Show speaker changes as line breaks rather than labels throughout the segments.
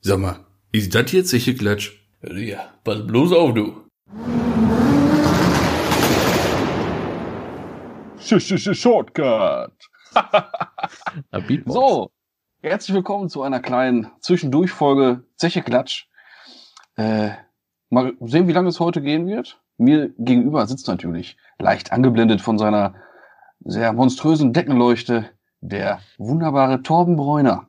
Sag mal, ist das jetzt sicher Klatsch?
Ja, pass bloß auf, du.
Sch -sch -sch Shortcut.
Na, Beatbox.
So, herzlich willkommen zu einer kleinen Zwischendurchfolge Zeche Klatsch. Äh, mal sehen, wie lange es heute gehen wird. Mir gegenüber sitzt natürlich, leicht angeblendet von seiner sehr monströsen Deckenleuchte, der wunderbare Torben Bräuner.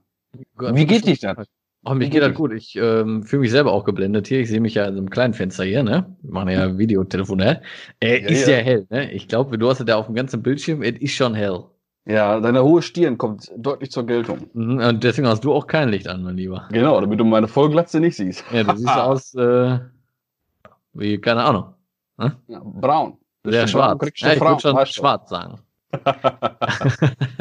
Wie geht dich das?
Oh, mir geht das gut. Ich ähm, fühle mich selber auch geblendet hier. Ich sehe mich ja in so einem kleinen Fenster hier, ne? Wir machen ja Videotelefonat. Äh,
Ja,
ist
ja.
ja hell, ne? Ich glaube, du hast es ja auf dem ganzen Bildschirm, es ist schon hell.
Ja, deine hohe Stirn kommt deutlich zur Geltung.
Mhm, Und deswegen hast du auch kein Licht an, mein Lieber.
Genau, damit du meine Vollglatze nicht siehst.
Ja, du siehst aus äh, wie, keine Ahnung.
Ja, braun.
Sehr schwarz. Ja,
Ja,
ich würde schon
schwarz.
schwarz sagen.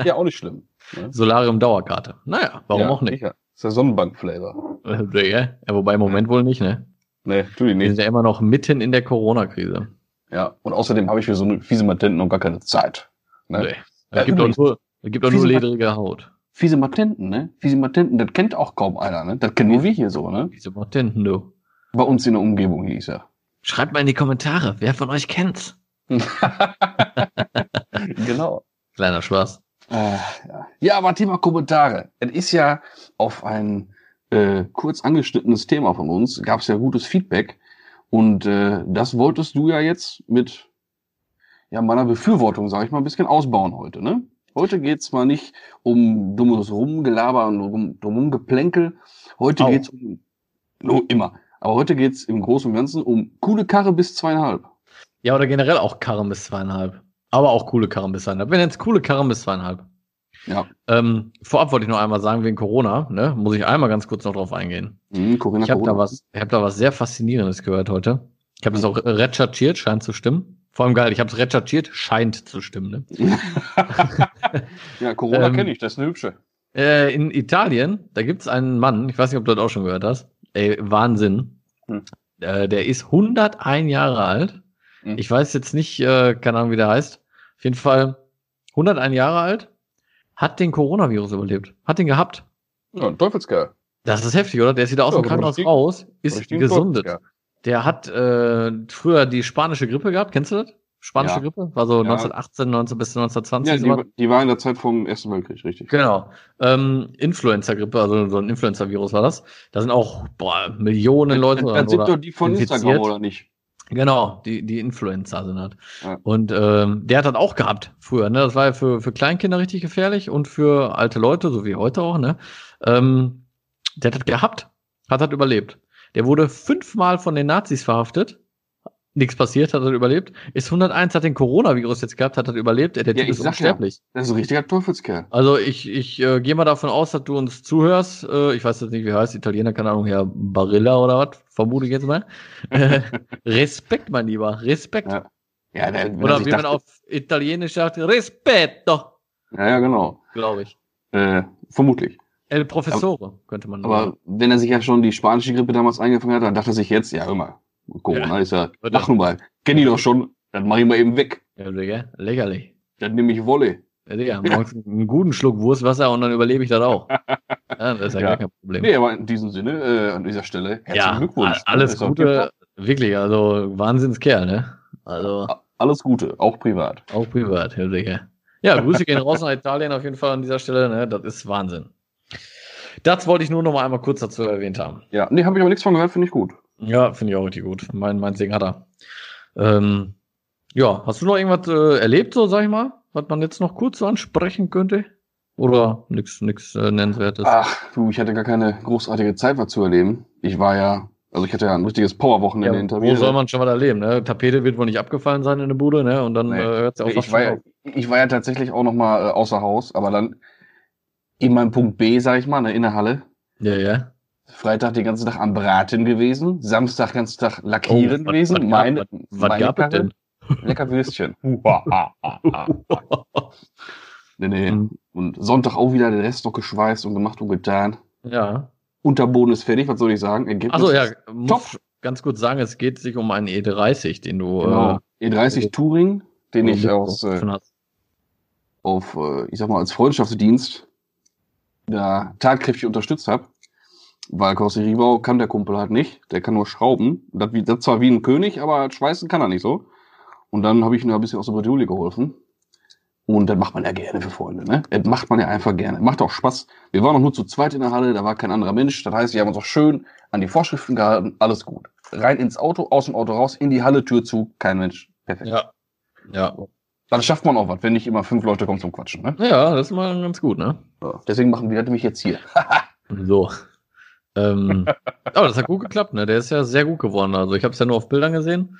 Ja, auch nicht schlimm.
Solarium-Dauerkarte. Naja, warum
ja,
auch nicht?
sicher. Ist der Sonnenbank-Flavor.
Äh, Ja, wobei im Moment wohl nicht, ne?
Nee, natürlich
Wir sind
nicht.
ja immer noch mitten in der Corona-Krise.
Ja, und außerdem habe ich für so eine fiese Matenten noch gar keine Zeit. Ne?
Nee.
Ja,
Es gibt, auch
übrigens-
nur, es gibt auch nur
Wieso-
ledrige Haut.
Fiese Matenten, ne? Fiese Matenten, das kennt auch kaum einer, ne? Das kennen nur wir hier so, ne?
Wieso macht denn du?
Bei uns in der Umgebung hieß er.
Schreibt mal in die Kommentare, wer von euch kennt's?
genau.
Kleiner Spaß.
Äh, ja. ja, aber Thema Kommentare. Es ist ja auf ein äh, kurz angeschnittenes Thema von uns, gab es ja gutes Feedback. Und äh, das wolltest du ja jetzt mit ja, meiner Befürwortung, sage ich mal, ein bisschen ausbauen heute. Ne? Heute geht's mal nicht um dummes Rumgelaber und rum, dumm Geplänkel. Heute
Auch.
geht's um... No, immer. Aber heute geht's im Großen und Ganzen um coole Karre bis zweieinhalb.
Ja, oder generell auch Karren bis zweieinhalb. Aber auch coole Karren bis zweieinhalb. Wir nennen es coole Karren bis zweieinhalb.
Ja.
Ähm, vorab wollte ich noch einmal sagen, wegen Corona, ne, muss ich einmal ganz kurz noch drauf eingehen.
Mhm, Corinna
Ich habe da
Corona.
was, ich habe da was sehr Faszinierendes gehört heute. Ich habe es auch recherchiert, scheint zu stimmen. Vor allem geil, ich habe es recherchiert, scheint zu stimmen. Ne?
Ja, Corona
Ähm,
kenn ich, das ist eine hübsche.
Äh, in Italien, da gibt es einen Mann, ich weiß nicht, ob du das auch schon gehört hast. Ey, Wahnsinn.
Hm.
Äh, der ist 101 Jahre alt.
Hm.
Ich weiß jetzt nicht, äh, keine Ahnung, wie der heißt. Auf jeden Fall 101 Jahre alt, hat den Coronavirus überlebt, hat den gehabt.
Ja, ein Teufelskerl.
Das ist heftig, oder? Der ist wieder aus
Ja,
dem Krankenhaus
richtig-
raus, ist
Richtig ein
gesundet.
Teufelskerl.
Der hat äh, früher die spanische Grippe gehabt, kennst du das? Spanische
Ja.
Grippe, war so
Ja.
1918, 19 bis 1920.
Ja,
sowas.
die, die war in der Zeit vom Ersten Weltkrieg, richtig.
Genau. Ähm, Influencer-Grippe, also so ein Influencer-Virus war das. Da sind auch boah, Millionen Leute
Dann
dran.
sind
Oder,
doch die von
infiziert.
Instagram, oder nicht?
genau, die, die Influencer sind halt.
Ja.
Und ähm, der hat das auch gehabt früher. Ne? Das war ja für, für Kleinkinder richtig gefährlich und für alte Leute, so wie heute auch. Ne? Ähm, der hat das gehabt, hat das überlebt. Der wurde fünfmal von den Nazis verhaftet. Nichts passiert, hat das überlebt. Ist 101, hat den Coronavirus jetzt gehabt, hat das überlebt. Der, der
Ja,
Typ
ich
ist
sag ja.
unsterblich.
Das ist ein richtiger Teufelskerl.
Also ich, ich äh, gehe mal davon aus, dass du uns zuhörst. Äh, ich weiß jetzt nicht, wie er heißt Italiener, keine Ahnung, Herr Barilla oder was, vermute ich jetzt mal. Äh, Respekt, mein Lieber, Respekt.
Ja, Ja, der, wenn er
oder
sich
wie man
dachte-
auf Italienisch sagt, Respetto,
Ja, ja, genau.
glaube ich.
Äh, vermutlich.
El Professore könnte man
Aber wenn er sich ja schon die spanische Grippe damals eingefangen hat, dann dachte er sich jetzt, ja, hör mal, Corona ist ja,
Oder-
mach nun mal, kenn ich doch schon, dann mach ich mal eben weg.
Ja, Digga, lächerlich.
Dann nehme ich Wolle.
Ja, Digga, morgens einen guten Schluck Wurstwasser und dann überlebe ich das auch. Ja, das ist ja,
Ja.
gar kein Problem.
Nee, aber in diesem Sinne, äh, an dieser Stelle, herzlichen
ja,
Glückwunsch. ne? Also,
alles
Ist doch
Gute, wirklich, also Wahnsinnskerl, ne? Also.
tipptopp. Alles Gute, auch privat.
Auch privat, Herr Digga. Ja, Grüße gehen raus nach Italien auf jeden Fall an dieser Stelle. Ne? Das ist Wahnsinn. Das wollte ich nur noch mal einmal kurz dazu erwähnt haben.
Ja, nee, habe ich aber nichts von gehört, finde ich gut.
Ja, finde ich auch richtig gut. Mein, mein Segen hat er. Ähm, ja, hast du noch irgendwas äh, erlebt, so sag ich mal, was man jetzt noch kurz so ansprechen könnte? Oder nichts nix, äh, Nennenswertes?
Ach, du, ich hatte gar keine großartige Zeit, was zu erleben. Ich war ja, also ich hatte ja ein richtiges
ja,
Powerwochenende hinter mir.
wo soll man schon mal erleben? Ne? Tapete wird wohl nicht abgefallen sein in der Bude, ne? Und dann
Nee.
äh, hört es ja auch fast
ich, war
schon
ja, ich war ja tatsächlich auch noch mal äh, außer Haus, aber dann in meinem Punkt B, sag ich mal, ne, in der Halle.
auf. Ja, ja.
Freitag den ganzen Tag am Braten gewesen, Samstag ganzen Tag lackieren
Oh, was-
gewesen.
was gab-
meine,
Was
meine
gab
Karre,
es denn?
Lecker Würstchen. Ah. nee, nee.
Mhm.
Und Sonntag auch wieder den Rest noch geschweißt und gemacht und getan.
ja.
Unterboden ist fertig, was soll ich sagen? Ergebnis
Also ja,
ist
muss
top.
ganz kurz sagen, es geht sich um einen E30, den du
Genau. E30 Touring, den
äh,
ich aus äh,
schon hast.
auf, äh, ich sag mal, als Freundschaftsdienst da tatkräftig unterstützt habe. Weil Kossi Riebau kann der Kumpel halt nicht. Der kann nur schrauben. Das, wie, das zwar wie ein König, aber schweißen kann er nicht so. Und dann habe ich ihm da ein bisschen aus der Bredouille geholfen. Und das macht man ja gerne für Freunde, ne? Das macht man ja einfach gerne. Macht auch Spaß. Wir waren auch nur zu zweit in der Halle, da war kein anderer Mensch. Das heißt, wir haben uns auch schön an die Vorschriften gehalten. Alles gut. Rein ins Auto, aus dem Auto raus, in die Halle, Tür zu, kein Mensch. Perfekt.
Ja. Ja.
Dann schafft man auch was, wenn nicht immer fünf Leute kommen zum Quatschen, ne?
Ja, das ist mal ganz gut, ne?
Ja. Deswegen machen wir das nämlich jetzt hier.
So. Ähm, aber das hat gut geklappt, ne? Der ist ja sehr gut geworden. Also ich habe es ja nur auf Bildern gesehen.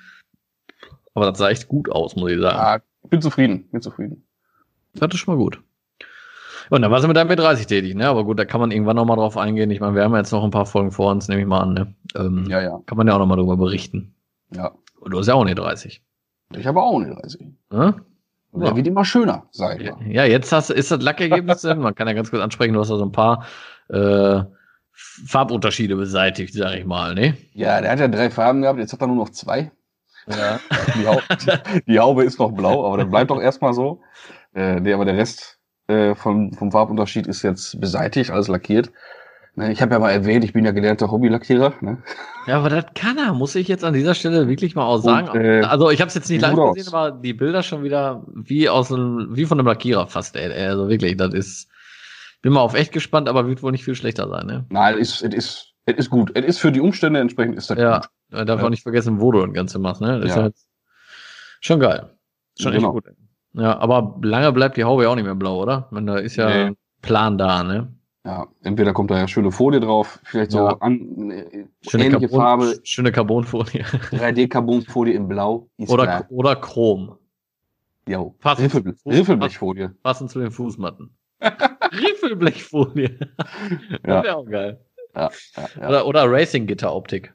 Aber das sah echt gut aus, muss ich sagen.
Ah, bin zufrieden, bin zufrieden.
Das ist schon mal gut. Und dann war sie mit deinem B30 tätig, ne? Aber gut, da kann man irgendwann nochmal drauf eingehen. Ich meine, wir haben ja jetzt noch ein paar Folgen vor uns, nehme ich mal an, ne? Ähm,
Ja, ja,
Kann man ja auch nochmal drüber berichten.
ja.
Und du hast ja auch eine 30.
Ich habe auch eine 30.
Ne?
Und Der
Ja.
wird immer schöner, sag ich
Ja,
mal.
jetzt hast, ist das Lackergebnis, denn man kann ja ganz kurz ansprechen, du hast da so ein paar äh, Farbunterschiede beseitigt, sag ich mal, ne?
Ja, der hat ja drei Farben gehabt, jetzt hat er nur noch zwei.
Ja.
Die, Hau die, die Haube ist noch blau, aber das bleibt doch erstmal so. Äh, nee, aber der Rest äh, vom, vom Farbunterschied ist jetzt beseitigt, alles lackiert. Ne, ich habe ja mal erwähnt, ich bin ja gelernter Hobbylackierer. Ne?
Ja, aber das kann er, muss ich jetzt an dieser Stelle wirklich mal auch sagen.
Und, äh,
also ich habe es jetzt nicht
sieht
live
gut aus.
gesehen, aber die Bilder schon wieder wie aus einem, wie von einem Lackierer fast, ey. ey, Also wirklich, das ist. Bin mal auf echt gespannt, aber wird wohl nicht viel schlechter sein, ne?
Nein, es ist, es ist, es ist gut. Es ist für die Umstände entsprechend ist das
Ja.
gut.
Äh, Darf
Ja.
auch nicht vergessen, wo du das Ganze machst, ne? Das ist
Ja.
halt schon geil. Schon
Genau.
echt gut. ey. Ja, aber lange bleibt die Haube ja auch nicht mehr blau, oder? Ich meine, da ist ja
Nee.
ein Plan da, ne?
Ja, entweder kommt da ja schöne Folie drauf, vielleicht so
Ja.
an, äh,
Schöne
ähnliche
Carbon-
Farbe,
Schöne Carbonfolie.
3D-Carbonfolie in Blau. Ist
oder,
klar.
oder Chrom.
Jo.
Passt.
Riffelble Riffelblechfolie.
Passend zu den Fußmatten. Riffelblechfolie.
Ja.
Das wäre auch geil.
Ja, ja.
Oder, oder Racing-Gitter-Optik.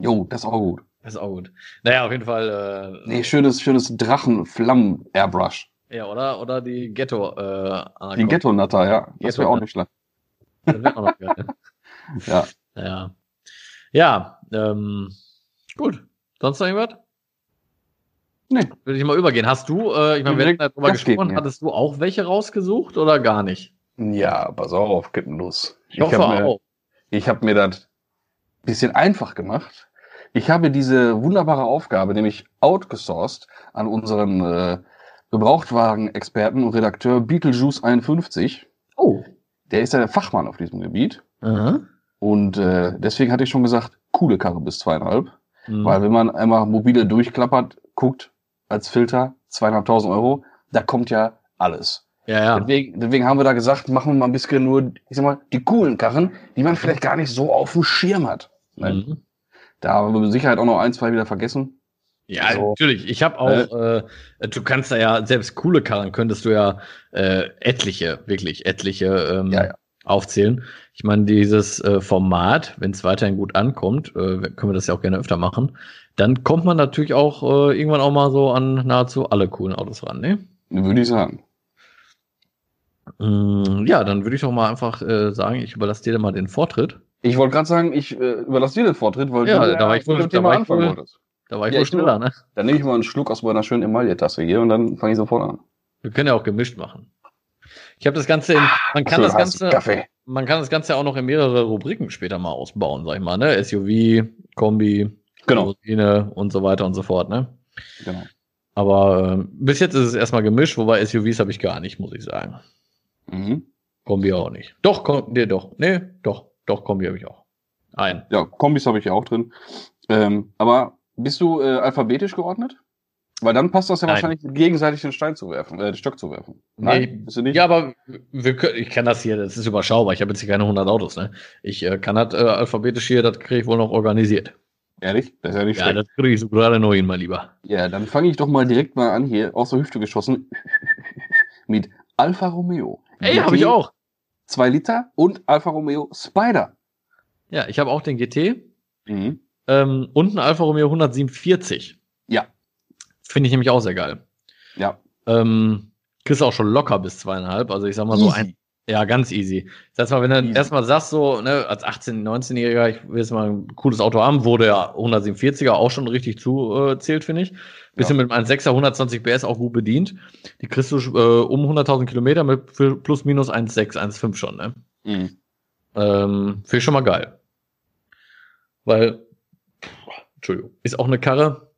Jo, das ist auch gut.
Das ist auch gut. Naja, auf jeden Fall. Äh,
Nee, schönes, schönes Drachen-Flammen-Airbrush.
Ja, oder, oder die Ghetto. Äh,
Die Ghetto-Nutter, ja. Das wäre auch nicht schlecht.
Das wär auch noch geil.
Ja.
Ja. Ja, ähm, gut. Sonst noch irgendwas?
Nee.
Will ich mal übergehen. Hast du, äh, ich meine, wir
Direkt
hatten darüber
Gas geben,
gesprochen,
ja.
hattest du auch welche rausgesucht oder gar nicht?
Ja, pass auf, geht denn los.
Ich hoffe
hab mir,
auch.
Ich habe mir das bisschen einfach gemacht. Ich habe diese wunderbare Aufgabe, nämlich outgesourced an unseren äh, Gebrauchtwagen-Experten und Redakteur Beetlejuice51.
Oh.
Der ist ja der Fachmann auf diesem Gebiet.
Aha.
Und äh, deswegen hatte ich schon gesagt, coole Karre bis zweieinhalb.
Mhm.
Weil wenn man einmal mobile durchklappert, guckt als Filter 200.000 Euro, da kommt ja alles.
ja, ja.
Deswegen, deswegen haben wir da gesagt, machen wir mal ein bisschen nur, ich sag mal, die coolen Karren, die man vielleicht gar nicht so auf dem Schirm hat. Ne?
Mhm.
Da haben wir mit Sicherheit auch noch ein, zwei wieder vergessen.
Ja,
So. ne?
natürlich. Ich habe auch, äh, du kannst da ja, selbst coole Karren könntest du ja äh, etliche, wirklich etliche ähm,
Ja, ja.
aufzählen. Ich meine, dieses äh, Format, wenn es weiterhin gut ankommt, äh, können wir das ja auch gerne öfter machen, dann kommt man natürlich auch äh, irgendwann auch mal so an nahezu alle coolen Autos ran, ne?
Würde ich sagen.
Mm, ja, dann würde ich doch mal einfach äh, sagen, ich überlasse dir dann mal den Vortritt.
Ich wollte gerade sagen, ich äh, überlasse dir den Vortritt, weil
Ja,
du
da war ich wohl-
mit dem
da
Thema
war ich
anfangen
wohl-
wolltest.
Da war ich
Ja,
wohl
ich
schneller, ne?
Dann nehme ich mal einen Schluck aus meiner schönen Emaille-Tasse hier und dann fange ich sofort an.
Wir können ja auch gemischt machen. Ich habe das Ganze in, man kann
Schön
das
heißen
Ganze
Kaffee.
man kann das Ganze auch noch in mehrere Rubriken später mal ausbauen, sag ich mal, ne? SUV, Kombi,
Genau.
Limousine und so weiter und so fort, ne?
genau.
Aber ähm, bis jetzt ist es erstmal gemischt, wobei SUVs habe ich gar nicht, muss ich sagen.
Mhm.
Kombi auch nicht. Doch, Kom nee, doch, nee, doch, doch, Kombi habe ich auch. Ein.
Ja, Kombis habe ich ja auch drin. Ähm, aber bist du äh, alphabetisch geordnet? Weil dann passt das ja
Nein.
wahrscheinlich gegenseitig den Stein zu werfen, äh, den Stock zu werfen.
Nee.
bist du nicht?
Ja, aber wir können, ich kann das hier, das ist überschaubar. Ich habe jetzt hier keine 100 Autos, ne? Ich äh, kann das äh, alphabetisch hier, das kriege ich wohl noch organisiert.
Ehrlich? Das ist ja nicht
Ja,
schlecht.
das kriege ich so gerade neu hin, mein Lieber.
Ja, dann fange ich doch mal direkt mal an hier, aus der Hüfte geschossen, mit Alfa Romeo.
Ey, habe
GT,
ich auch.
2 Liter und Alfa Romeo Spider.
Ja, ich habe auch den GT.
Mhm.
Ähm, und ein Alfa Romeo 147.
Ja.
Finde ich nämlich auch sehr geil.
Ja.
Ähm, kriegst du auch schon locker bis zweieinhalb. Also ich sag mal so
Easy.
ein. Ja, ganz easy. Sag mal, wenn du
Easy.
erstmal sagst, so, ne, als 18-, 19-Jähriger, ich will jetzt mal ein cooles Auto haben, wurde ja 147er auch schon richtig zuzählt, finde ich. Bisschen mit einem 1,6er, 120 PS auch gut bedient. Die kriegst du äh, um 100.000 Kilometer mit für plus minus 1,6, 1,5 schon, ne?
Mhm.
Ähm, Finde ich schon mal geil. Weil, pff, Entschuldigung, ist auch eine Karre,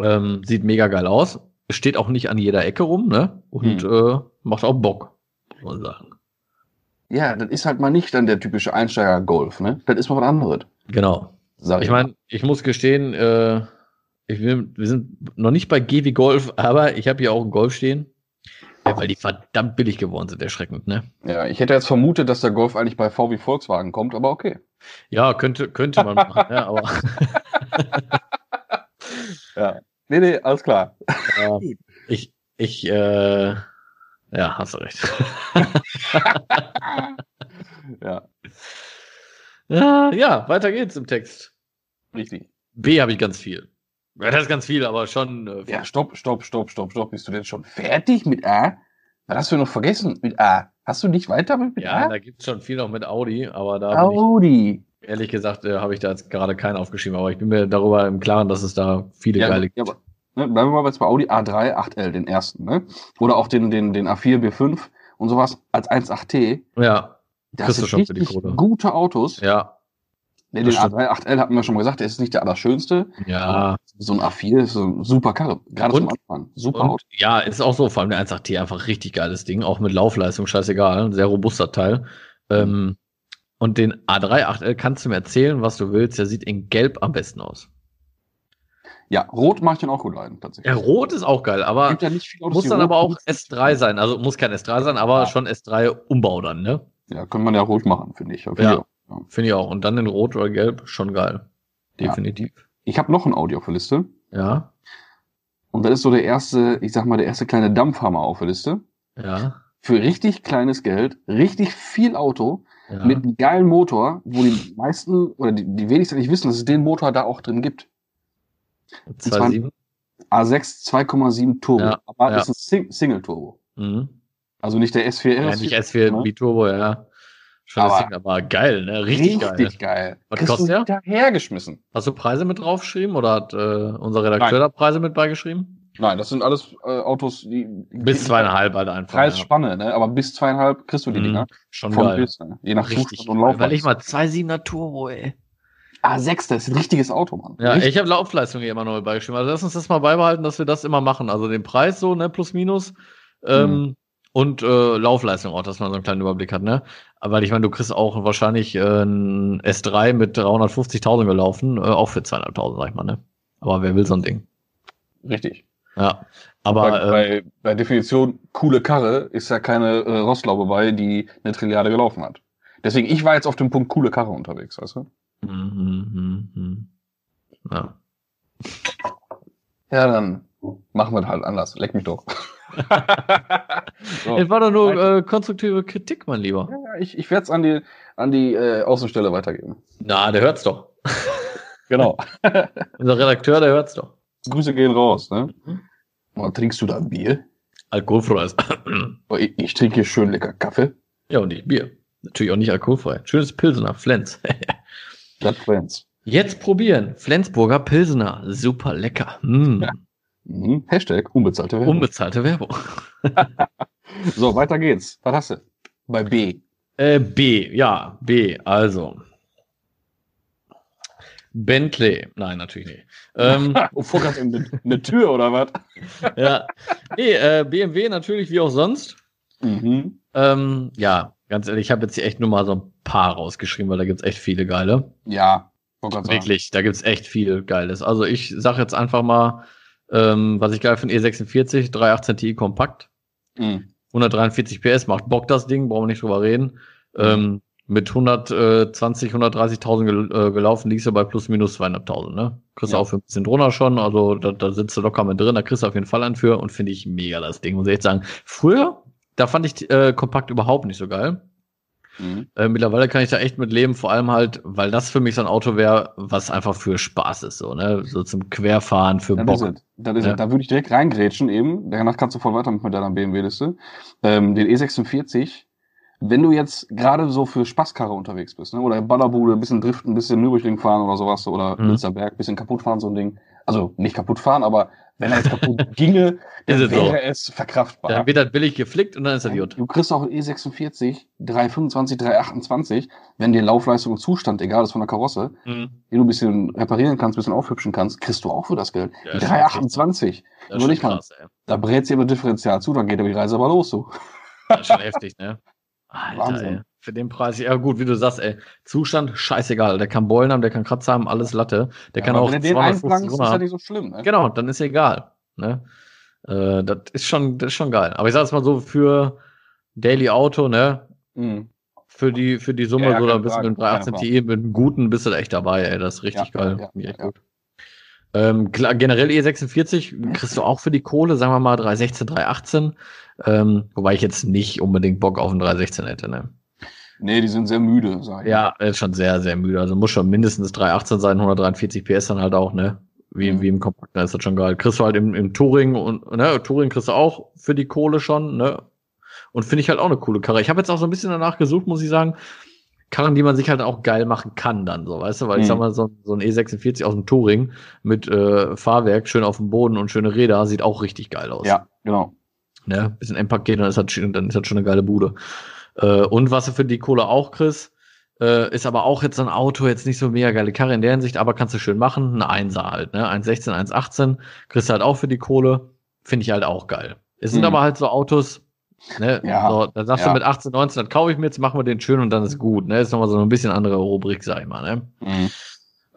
ähm, sieht mega geil aus, steht auch nicht an jeder Ecke rum, ne? Und äh, macht auch Bock, muss man sagen.
Ja, das ist halt mal nicht dann der typische Einsteiger-Golf, ne? Das ist mal was anderes.
Genau.
Sag
Ich meine, ich muss gestehen, äh, ich bin, wir sind noch nicht bei GW Golf, aber ich habe hier auch einen Golf stehen. Ja, weil die verdammt billig geworden sind, erschreckend, ne?
Ja, ich hätte jetzt vermutet, dass der Golf eigentlich bei VW Volkswagen kommt, aber okay.
Ja, könnte, könnte man machen, ja, aber
Nee, nee, alles klar.
äh, ich, ich, äh, ja, hast du recht.
Ja,
ja, ja, weiter geht's im Text.
richtig.
B habe ich ganz viel. Ja, das ist ganz viel, aber schon. Äh, viel.
Ja, stopp, stopp, stopp, stopp, stopp. Bist du denn schon fertig mit A? Was hast du noch vergessen mit A? Hast du nicht weiter mit, mit
ja,
A?
da gibt's schon viel noch mit Audi, aber da bin ich
Audi.
Ehrlich gesagt äh, habe ich da jetzt gerade keinen aufgeschrieben, aber ich bin mir darüber im Klaren, dass es da viele
Ja,
geile
ja, aber, ne, bleiben wir mal jetzt bei Audi A3 8L, den ersten, ne? Oder auch den, den, den A4, B5 und sowas als 1.8T.
Ja,
Das
Kriegst du
sind
schon für die
richtig
Kohle.
gute Autos.
ja,
Ne, den
das stimmt.
A3 8L hatten wir schon mal gesagt, der ist nicht der allerschönste.
ja.
So ein A4 ist so ein super Karre. Gerade
Und-
zum Anfang. Super
Und
Auto.
ja, ist auch so, vor allem der 1.8T einfach richtig geiles Ding, auch mit Laufleistung, scheißegal, ein sehr robuster Teil. Ähm,
Mhm.
und den A3 8L kannst du mir erzählen, was du willst, der sieht in Gelb am besten aus.
Ja, rot mache ich dann auch gut ein, tatsächlich.
Ja, Rot ist auch geil, aber
Gibt ja nicht viele Autos,
muss
die
dann
rot
aber auch
sind.
S3 sein, also muss kein S3 sein, aber
Ja.
schon S3-Umbau dann, ne?
Ja, kann man ja ruhig machen, finde ich. Finde
Ja.
ich auch.
Finde ich auch. Und dann in Rot oder Gelb, schon geil.
Ja.
Definitiv.
Ich habe noch ein Audi auf der Liste.
Ja,
Und das ist so der erste, ich sag mal, der erste kleine Dampfhammer auf der Liste.
ja.
Für richtig kleines Geld, richtig viel Auto,
ja.
mit einem geilen Motor, wo die meisten oder die, die wenigsten nicht wissen, dass es den Motor da auch drin gibt.
2,7.
A6 2,7 Turbo.
Ja,
aber
ja.
das ist ein Sing Single Turbo.
Mhm.
Also nicht der S4
Ja,
RS.
nicht S4 Biturbo, ja. Schon
ne? Aber-
das Ding, aber geil, ne? Richtig, geil.
geil.
Was
Kriegst du
kostet
Dahergeschmissen.
Hast du Preise mit draufgeschrieben oder hat äh, unser Redakteur
Nein.
da Preise mit beigeschrieben?
Nein, das sind alles äh, Autos, die.
Bis zweieinhalb halt einfach. ja.
Preisspanne, ne? Aber bis zweieinhalb kriegst du die
Mhm,
Dinger.
Schon
Von
geil.
bis, ne? Je nach
Richtig.
Zustand und
geil.
Laufleistung.
Weil ich mal 2,7er Turbo, ey.
A6, das ist ein richtiges Auto, Mann.
Ja,
Richtig.
ich habe Laufleistung hier immer neu beigeschrieben. Also lass uns das mal beibehalten, dass wir das immer machen. Also den Preis so, ne, plus minus. Ähm, Und äh, Laufleistung auch, dass man so einen kleinen Überblick hat, ne? Aber weil ich meine, du kriegst auch wahrscheinlich äh, ein S3 mit 350.000 gelaufen, äh, auch für 200.000, sag ich mal, ne? Aber wer will so ein Ding?
Richtig.
Ja.
Bei,
Aber äh,
bei, bei Definition coole Karre ist ja keine äh, Rostlaube bei, die eine Trilliarde gelaufen hat. Deswegen, ich war jetzt auf dem Punkt coole Karre unterwegs, weißt du?
mhm, mhm, mhm. ja.
Ja, dann machen wir das halt anders. Leck mich doch. so.
Es war doch nur äh, konstruktive Kritik, mein Lieber.
Ja, ich ich werde es an die, an die äh, Außenstelle weitergeben.
Na, der hört's doch.
Genau.
Unser Redakteur, der hört's doch.
Grüße gehen raus. Ne? Oh, trinkst du da Bier?
Alkoholfreies.
Oh, Ich, ich trinke hier schön lecker Kaffee.
Ja, und nicht Bier. Natürlich auch nicht alkoholfrei. Schönes Pilsener, Flens.
Das Friends.
Jetzt probieren. Flensburger Pilsener. Super lecker. Mm.
Mhm. Hashtag unbezahlte Werbung.
Unbezahlte Werbung.
so, weiter geht's. Was hast du? Bei B.
Äh, B, ja, B, also. Bentley. Nein, natürlich nicht. Ähm,
Oh, vorher eine, eine Tür oder was?
ja. Nee, äh, BMW natürlich wie auch sonst.
Mhm.
Ähm, ja, ganz ehrlich, ich habe jetzt hier echt nur mal so ein paar rausgeschrieben, weil da gibt's echt viele geile.
Ja, wollte gerade sagen.
Wirklich, da gibt's echt viel Geiles. Also ich sage jetzt einfach mal, ähm, was ich geil finde, E46, 318 Ti kompakt,
Mhm.
143 PS, macht Bock das Ding, brauchen wir nicht drüber reden. Ähm, mit 120, 130.000 gel äh, gelaufen, liegst du bei plus minus 200.000, ne? Kriegst du
Ja.
auch für ein bisschen drunter schon, also da, da sitzt du locker mit drin, da kriegst du auf jeden Fall einen für und finde ich mega das Ding, muss ich echt sagen. Früher, da fand ich äh, kompakt überhaupt nicht so geil.
Mhm.
Äh, mittlerweile kann ich da echt mit leben, vor allem halt, weil das für mich so ein Auto wäre, was einfach für Spaß ist, so, ne? So zum Querfahren, für
Das ist
Bock.
es. Das ist
Ja.
es. Da würde ich direkt reingrätschen eben. Danach kannst du voll weiter mit deiner BMW-Liste. Ähm, den E46. Wenn du jetzt gerade so für Spaßkarre unterwegs bist, ne? oder Ballerbude, ein bisschen driften, ein bisschen Nürburgring fahren oder sowas, oder
Mhm.
Münsterberg, ein bisschen kaputt fahren, so ein Ding. Also nicht kaputt fahren, aber Wenn er jetzt kaputt ginge,
Ist
dann
es so.
wäre es verkraftbar.
Dann wird das billig geflickt und dann ist das gut.
Du kriegst auch E ein E46, 325, 328, wenn dir Laufleistung und Zustand egal ist von der Karosse,
Mhm.
den du ein bisschen reparieren kannst, ein bisschen aufhübschen kannst, kriegst du auch für das Geld.
Ja,
Die
ist schon
328,
Das ist
Nur
schon
nicht mal.
krass, ey.
da brätst du immer Differential zu, dann geht aber die Reise aber los, du.
Das ist schon heftig, ne? Alter,
Wahnsinn.
ey. Für den Preis, ja gut, wie du sagst, ey. Zustand, scheißegal. Der kann Beulen haben, der kann Kratzer haben, alles Latte. Der kann
Aber
auch
wenn du den
250
einflankst, ist
Runner
ja
haben.
nicht so schlimm. Ne?
Genau, dann ist egal. Ne? Äh, das, ist schon, das ist schon geil. Aber ich sag's mal so, für Daily Auto, ne?
Mhm.
Für die, für die Summe,
Ja, ja,
so, da
keine
bist du
Frage,
mit einem 318
keine
Ti, mit einem guten bist du da echt dabei, ey. Das ist richtig
Ja,
geil.
ja,
Finde ich echt
ja.
gut. Ähm, klar, generell E46 kriegst du auch für die Kohle, sagen wir mal 316, 318. Ähm, wobei ich jetzt nicht unbedingt Bock auf einen 316 hätte, ne?
Nee, die sind sehr müde, sag ich.
Ja, er ist schon sehr, sehr müde. Also muss schon mindestens 318 sein, 143 PS dann halt auch, ne? Wie,
Mhm.
wie im Kompakten ist das schon geil. Kriegst du halt im, im Touring und, ne, Touring kriegst du auch für die Kohle schon, ne? Und finde ich halt auch eine coole Karre. Ich habe jetzt auch so ein bisschen danach gesucht, muss ich sagen. Karren, die man sich halt auch geil machen kann dann, so, weißt du? Weil ich
Mhm.
sag mal, so, so ein E46 aus dem Touring mit äh, Fahrwerk, schön auf dem Boden und schöne Räder, sieht auch richtig geil aus
Ja, genau.
ne, bisschen M-Pack geht, dann ist das, schon- dann ist das schon eine geile Bude. Äh, und was du für die Kohle auch kriegst, äh, ist aber auch jetzt ein Auto, jetzt nicht so mega geile Karre in der Hinsicht, aber kannst du schön machen, eine Einser halt, ne, 1,16, 1,18, kriegst du halt auch für die Kohle, finde ich halt auch geil. Es sind
Mhm.
aber halt so Autos, ne,
Ja,
so, da sagst
ja.
du mit 18, 19, das kaufe ich mir, jetzt machen wir den schön und dann ist gut, ne, ist nochmal so ein bisschen andere Rubrik, sag ich mal, ne.
Mhm.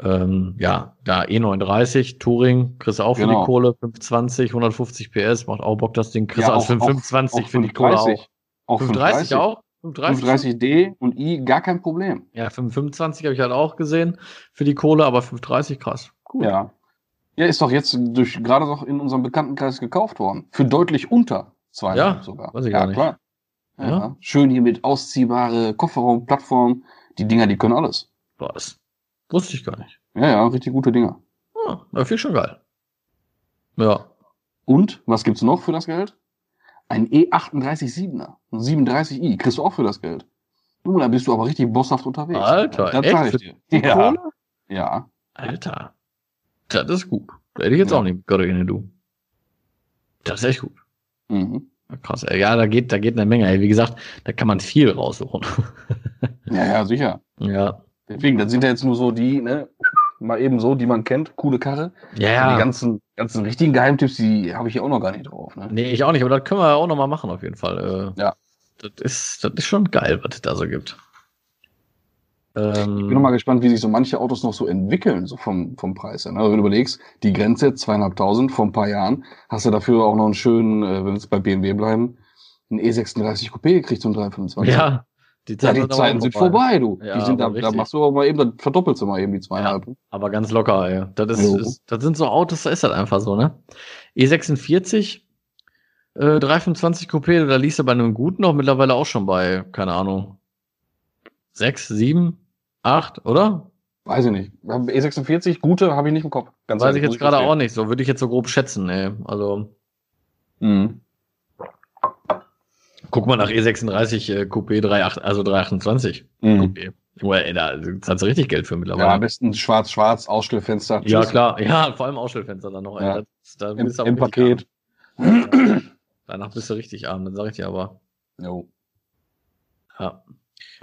Ähm, ja, da E39, Touring, kriegst du auch für
Genau.
die Kohle, 520, 150 PS, macht auch Bock, das Ding. Kriegst
Ja,
du als
auch-
für
auch-
25
auch
für die Kohle auch.
530. Auch
530 auch? 530?
530D und I, gar kein Problem.
Ja, 25 habe ich halt auch gesehen für die Kohle, aber 530, krass. Cool.
Ja. Ja, ist doch jetzt durch gerade noch in unserem Bekanntenkreis gekauft worden. Für deutlich unter zwei
Ja,
sogar.
weiß ich
ja,
gar nicht.
klar. Ja.
Ja.
Schön hier mit ausziehbare Kofferraum, Plattform. Die Dinger, die können alles.
Was? Wusste ich gar nicht.
Ja, ja, richtig gute Dinger.
Ah, das finde ich schon geil. Ja.
Und was gibt's noch für das Geld? Ein E38-7er, ein 37i, kriegst du auch für das Geld. Du, da bist du aber richtig bosshaft unterwegs.
Alter,
das
echt?
sag
Für
ich dir. Ja,
Kohle?
ja.
Alter. Das ist gut. Da hätte ich jetzt
Ja.
auch nicht gerechnet, du. Das ist echt gut.
Mhm.
Krass, ey. ja, da geht, da geht eine Menge. Ey. Wie gesagt, da kann man viel raussuchen.
ja, ja, sicher.
ja.
Deswegen, das sind ja jetzt nur so die, ne, mal eben so, die man kennt, coole Karre.
Ja,
Die
ja.
ganzen, ganzen richtigen Geheimtipps, die habe ich hier auch noch gar nicht drauf. Ne?
Nee, ich auch nicht, aber das können wir auch nochmal machen, auf jeden Fall. Äh,
Ja.
Das ist, das ist schon geil, was es da so gibt.
Ich
Ähm,
bin noch mal gespannt, wie sich so manche Autos noch so entwickeln, so vom, vom Preis her. Ne? Wenn du überlegst, die Grenze zweieinhalbtausend vor ein paar Jahren, hast du dafür auch noch einen schönen, äh, wenn wir jetzt bei BMW bleiben, einen E36 Coupé gekriegt zum 325.
ja, die,
Ja,
Zeit
die
hat auch
Zeiten sind vorbei, du.
Ja,
die sind da,
aber
da
richtig.
machst du aber mal eben, dann verdoppelst du mal eben die zweieinhalb.
Aber ganz locker, ey. Das, ist,
Jo.
ist, das sind so Autos, da ist das einfach so, ne? E46, äh, 325 Coupé, da liegst du bei einem guten auch mittlerweile auch schon bei, keine Ahnung, sechs, sieben, acht, oder?
Weiß ich nicht. E46, gute habe ich nicht im Kopf. Ganz
Weiß
ehrlich,
ich
muss
jetzt gerade
gestehen.
auch nicht, so würde ich jetzt so grob schätzen, ey. Also,
Mhm.
guck mal nach E36 äh, Coupé 38, also 328
Mhm.
Coupé. Junge, ey, da zahlst du richtig Geld
Ja,
für
am
mittlerweile.
besten schwarz-schwarz, Ausstellfenster.
Ja,
Tschüss.
klar. Ja, vor allem Ausstellfenster dann noch, ey.
Ja.
Das, da
Im,
bist du aber
im
richtig
Paket.
arm. Danach bist du richtig arm, dann sag ich dir aber.
Jo.
Ja,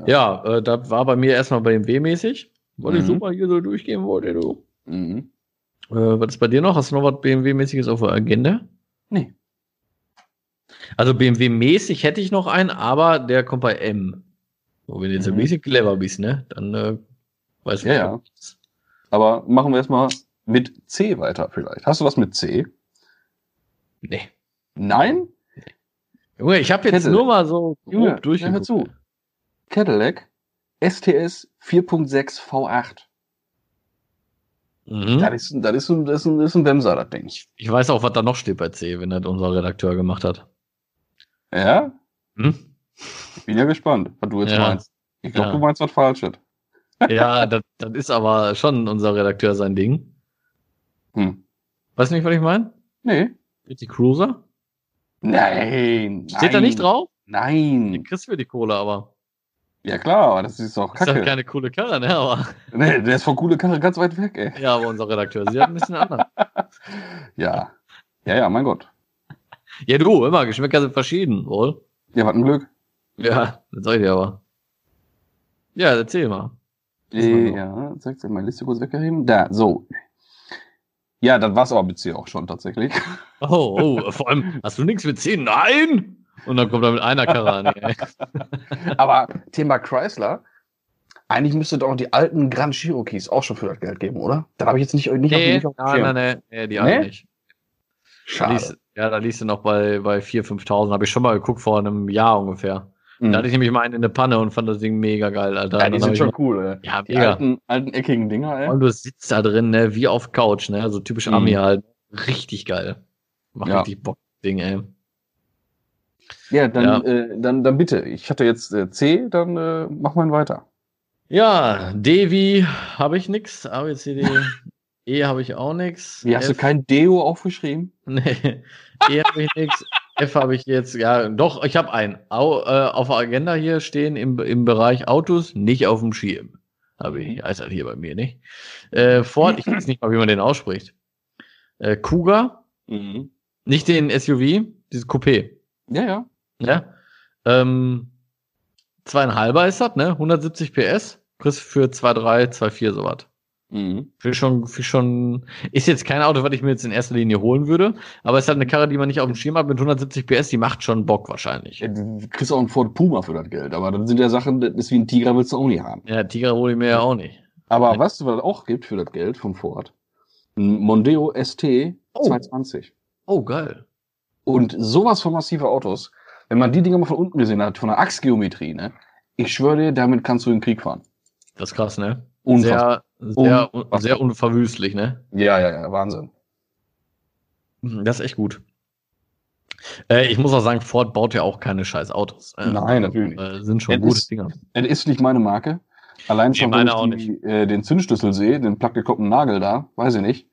ja äh, da war bei mir erstmal bei dem W-mäßig, weil ich
Mhm.
super hier so durchgehen wollte, du.
Mhm.
Äh, was ist bei dir noch? Hast du noch was BMW-mäßiges auf der Agenda?
Nee.
Also BMW-mäßig hätte ich noch einen, aber der kommt bei M. So, wenn du jetzt ein
Mhm.
bisschen clever bist, ne? Dann äh, weißt du
Ja, ja. Aber machen wir erstmal mit C weiter vielleicht. Hast du was mit C?
Nee.
Nein?
Junge, ich habe jetzt
Kette.
nur mal so
Junge,
grob durchgeguckt.
hör zu. Cadillac STS 4.6 V8.
Mhm.
Das, ist, das, ist ein, das, ist ein, das ist ein Bremser, das Ding.
Ich weiß auch, was da noch steht bei C, wenn das unser Redakteur gemacht hat.
Ja?
Hm?
Ich bin ja gespannt, was du jetzt
Ja.
meinst. Ich glaube,
Ja.
du meinst was Falsches.
Ja, das, das ist aber schon unser Redakteur sein Ding.
Hm.
Weißt du nicht, was ich meine?
Nee.
Die Cruiser?
Nein.
Steht da
nein,
nicht drauf? Den
Nein.
kriegst du für die Kohle, aber.
Ja klar, aber das ist doch
Ist
kacke.
doch keine coole Karre, ne? Aber,
Nee, der ist von coole Karre ganz weit weg, ey.
halt ja, aber unser Redakteur, sie hat ein bisschen anders.
Ja. Ja, ja, mein Gott.
Ja, du, immer, Geschmäcker sind verschieden, wohl.
Ja, was ein Glück.
Ja, das sag ich dir aber. Ja, erzähl mal. Das war
Äh,
so.
ja, zeigt meine Liste kurz weggeheben. Da, so. Ja, das war's aber mit C auch schon tatsächlich.
Oh, oh, vor allem, hast du nichts mit 10? Nein! Und dann kommt er mit einer Karre an. ey.
aber Thema Chrysler. Eigentlich müsste doch die alten Grand Cherokees auch schon für das Geld geben, oder? Da habe ich jetzt nicht, nicht
Nee,
nicht dem
nein,
Schirm.
nein, nein, nee, die alle
Nee?
nicht. Da
Schade.
liest, ja, da liest du noch bei, bei 4.000, 5.000. Habe ich schon mal geguckt, vor einem Jahr ungefähr.
Mhm.
Da hatte ich nämlich mal einen in der Panne und fand das Ding mega geil, Alter.
ja,
Und
die
dann hab
sind
ich
schon
mal-
cool, ey.
Ja,
Die
mega.
alten, alten eckigen Dinger, ey.
Und du sitzt da drin, ne, wie auf Couch, ne, so typisch
Mhm.
Ami halt. Richtig geil. Macht
Ja.
richtig Bock, das Ding, ey.
Ja, dann, Äh, dann, dann bitte. Ich hatte jetzt äh, C, dann äh, mach mal weiter.
Ja, D wie habe ich nix. A, B, C, D. E habe ich auch nix.
Wie, hast du
F-
kein Deo aufgeschrieben?
Nee. E habe ich nix. F habe ich jetzt, ja, doch, ich habe einen. Au, äh, auf der Agenda hier stehen im, im Bereich Autos, nicht auf dem Schirm. Habe
Mhm.
ich, heißt das hier bei mir nicht. Äh, Ford, ich weiß nicht mal, wie man den ausspricht. Äh, Kuga,
Mhm.
nicht den SUV, dieses Coupé.
Ja, ja.
Ja. Ähm, zweieinhalber ist das, ne? 170 PS. Kriegst für 2,3, 2,4 sowas.
Mhm.
Für schon, für schon, ist jetzt kein Auto, was ich mir jetzt in erster Linie holen würde, aber es ist halt eine Karre, die man nicht auf dem Schirm hat mit 170 PS, die macht schon Bock wahrscheinlich.
Ja, Du kriegst auch einen Ford Puma für das Geld, aber das sind ja Sachen, das ist wie ein Tiger, willst du auch nicht haben.
Ja, Tiger hole ich mir ja auch nicht.
Aber
Ja.
weißt du, was es auch gibt für das Geld vom Ford? Ein Mondeo ST
Oh.
220.
Oh, geil.
Und sowas von massive Autos, wenn man die Dinger mal von unten gesehen hat, von der Achsgeometrie, ne? Ich schwöre dir, damit kannst du in den Krieg fahren.
Das ist krass, ne?
Unfassbar.
Sehr, sehr, un sehr unverwüstlich, ne? Mhm,
Ja, ja, ja, Wahnsinn.
Das ist echt gut. Äh, ich muss auch sagen, Ford baut ja auch keine scheiß Autos. Äh,
Nein, natürlich nicht.
Äh, sind schon
Es
gute
ist-
Dinger.
Es ist nicht meine Marke. Allein schon,
meine auch
wenn ich die, äh, den Zündschlüssel sehe, den plattgekoppten Nagel da, weiß ich nicht.